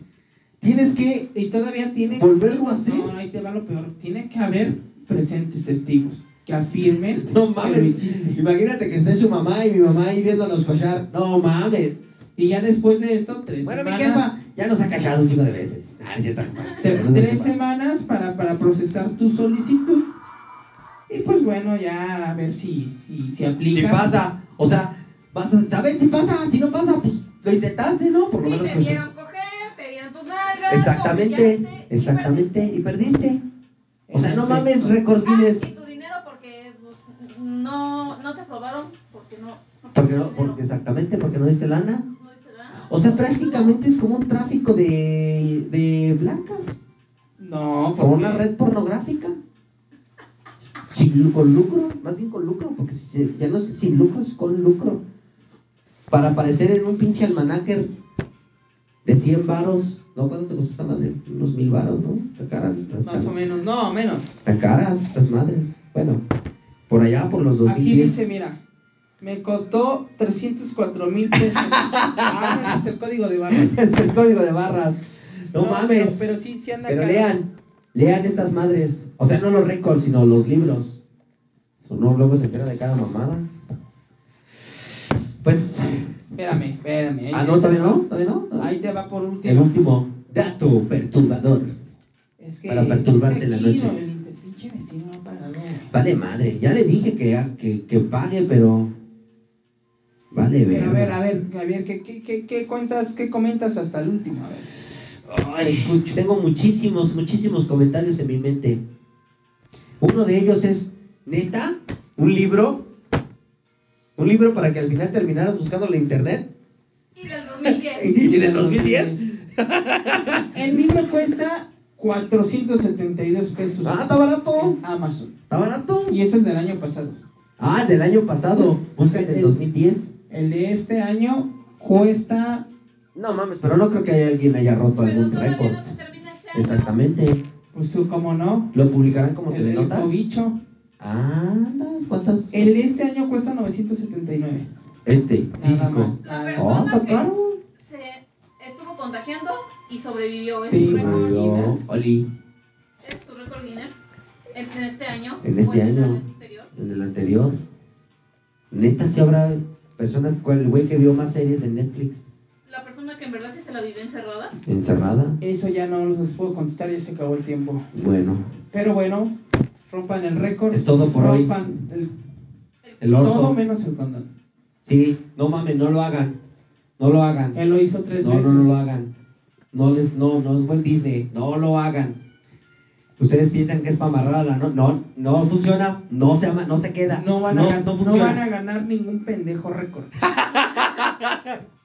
D: tienes que
C: Y todavía tiene
D: volverlo a hacer.
C: No, no, ahí te va lo peor. Tiene que haber presentes testigos que afirmen
D: No
C: que lo
D: mames.
C: hiciste.
D: Imagínate que esté su mamá y mi mamá ahí viéndonos cochar. No mames.
C: Y ya después de esto, tres
D: Bueno, mi
C: semanas,
D: jefa ya nos ha cachado un chico de veces. Ah, es cierto.
C: tre- tres semanas para, para procesar tu solicitud. Y pues bueno, ya a ver si, si, si
D: Si
C: aplica.
D: pasa, o sea, vas a saber si pasa, si no pasa, pues lo intentaste, ¿no? Por lo
E: Sí,
D: menos.
E: te
D: pues,
E: vieron coger, te vieron tus nalgas.
D: Exactamente,
E: humillaste,
D: exactamente, y perdiste. O sea, no
C: Exacto.
D: mames, récord
E: Y, perdiste.
D: Guinness.
E: Ah, y tu dinero porque pues, no, no te aprobaron, porque no.
D: Porque no,
E: tu
D: porque
E: dinero.
D: exactamente, porque no diste lana.
E: No te dan.
D: O sea, prácticamente es como un tráfico de, de blancas, como
C: No, porque
D: una red pornográfica. Sin, con lucro, más bien con lucro, porque si- ya no es sin lucro, es con lucro. Para aparecer en un pinche almanaque de 100 varos, ¿no? ¿Cuánto te costó esta madre? Unos mil varos, ¿no? Está cara, está-
C: Más o menos, no, menos.
D: Está cara, estas madres. Bueno, por allá, por los 2010.
C: Aquí dice, mira, me costó 304
D: *laughs*
C: mil pesos. ah, ese es el código de barra.
D: es el código de barras. No, mames.
C: Pero, pero sí, sí anda
D: Pero
C: caro.
D: lean, lean estas madres. O sea, no los récords, sino los libros. Uno luego se entera de cada mamada. Pues,
C: Espérame, espérame. ahí
D: ah,
C: te-
D: no, todavía no, todavía no.
C: Eh, Ahí te va por último.
D: El último dato perturbador.
C: Es
D: Para perturbarte en la
C: aquí
D: noche.
C: El, el pinche vecino ha pagado.
D: Vale madre, ya le dije que, que, que pague, pero. Vale,
C: Pero a ver, a
D: verga.
C: ver, a ver, ¿qué, qué, qué, qué cuentas, qué comentas hasta el último? A ver.
D: Ay, escucho, tengo muchísimos, muchísimos comentarios en mi mente. Uno de ellos es, neta, un libro. Un libro para que al final terminaras buscando la internet.
E: Y del
D: *laughs*
E: 2010.
D: Y del 2010.
C: El libro cuesta 472 pesos.
D: Ah, está barato.
C: en Amazon.
D: Está barato.
C: Y ese es del año pasado.
D: Ah, del año pasado. Busca el del 2010.
C: El de este año cuesta.
D: No mames, pero no creo que haya alguien haya roto
E: Pero
D: algún
E: todavía
D: récord.
E: no se termina este año.
D: Exactamente.
C: Pues, ¿cómo no?
D: Lo publicarán como
C: el
D: te
C: del
D: notas.
C: bicho.
D: Andas, ¿cuántas?
C: El de este año cuesta 979.
D: Este,
C: Nada
D: físico.
C: más.
E: La
C: Nada
E: persona
D: Oh,
C: más.
D: está
E: que-
D: caro.
E: Se estuvo contagiando y sobrevivió. Es
C: Sí,
E: tu récord.
C: sobrevivió.
D: Bueno, oh, Oli,
E: Es tu récord Guinness. Es en este año.
D: En este
E: o el
D: año.
E: anterior.
D: en el anterior. Neta, sí habrá personas, cual el güey que vio más series de Netflix
E: La persona que en verdad sí se la vivió encerrada.
D: encerrada.
C: Eso ya no los puedo contestar, ya se acabó el tiempo.
D: Bueno,
C: Pero bueno, rompan el récord.
D: Es todo por hoy.
C: Rompan el-
D: el
C: todo
D: orto.
C: menos el condón.
D: Sí, no mames, no lo hagan. No lo hagan.
C: Él lo hizo tres
D: No,
C: veces.
D: no, no lo hagan. No les, no, no es buen Disney. No lo hagan. Ustedes piensan que es para amarrar a la no, no, no funciona, no se ama, no se queda,
C: No van, a,
D: no,
C: gan-
D: no
C: no
D: funciona.
C: van a ganar ningún pendejo récord.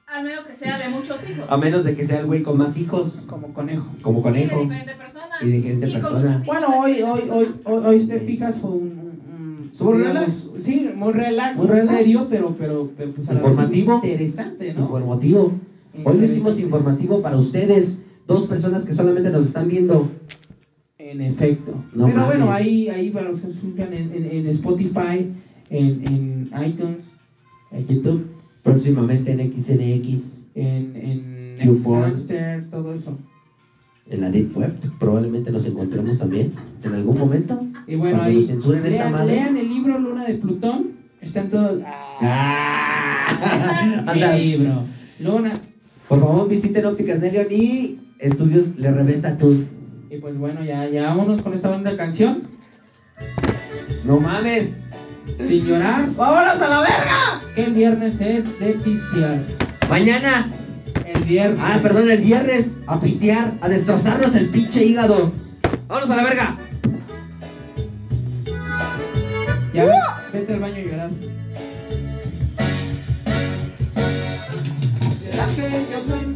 E: Al menos que sea de muchos hijos.
D: A menos de que sea el güey con más hijos,
C: Como conejo.
D: como
E: Y de
D: conejo.
E: diferente persona.
D: Y de diferente
E: con
D: persona.
E: muchos hijos
C: Bueno,
E: de
C: hoy,
E: diferente
C: hoy, hoy,
E: persona.
C: hoy, hoy te fijas fue un... un- un-
D: Muy
C: mm, digamos, Sí, muy relax,
D: Muy
C: muy
D: relax.
C: serio, pero, pero, pero pues, a la vez
D: Informativo.
C: Interesante, ¿no?
D: Informativo. Hoy lo hicimos
C: Interesante.
D: informativo para ustedes, dos personas que solamente nos están viendo.
C: En efecto.
D: No
C: Pero
D: mames.
C: bueno, ahí, ahí para los que nos escuchan en, en, en Spotify, en, en iTunes,
D: En YouTube, próximamente en XNX,
C: en, en
D: YouPorn.
C: Napster, todo eso.
D: en la Deep Web, probablemente nos encontremos también en algún momento.
C: Y bueno,
D: Cuando nos
C: ahí
D: censuren esta
C: lean,
D: madre.
C: lean el libro Luna de Plutón. Están todos... *laughs*
D: Ah, anda.
C: el libro. Luna.
D: Por favor, visiten Ópticas Nelion y Estudios Le Reventa Tour.
C: Y pues bueno, ya, ya vámonos con esta bonita canción.
D: ¡No mames!
C: Sin llorar.
D: ¡Vámonos a la verga!
C: Que el viernes es de pistear.
D: Mañana.
C: El viernes.
D: Ah, perdón, el viernes. A pistear, a destrozarnos el pinche hígado. ¡Vámonos a la verga!
C: Ya,
D: ¡Uh!
C: vete al baño y llorar. ¿Será que yo soy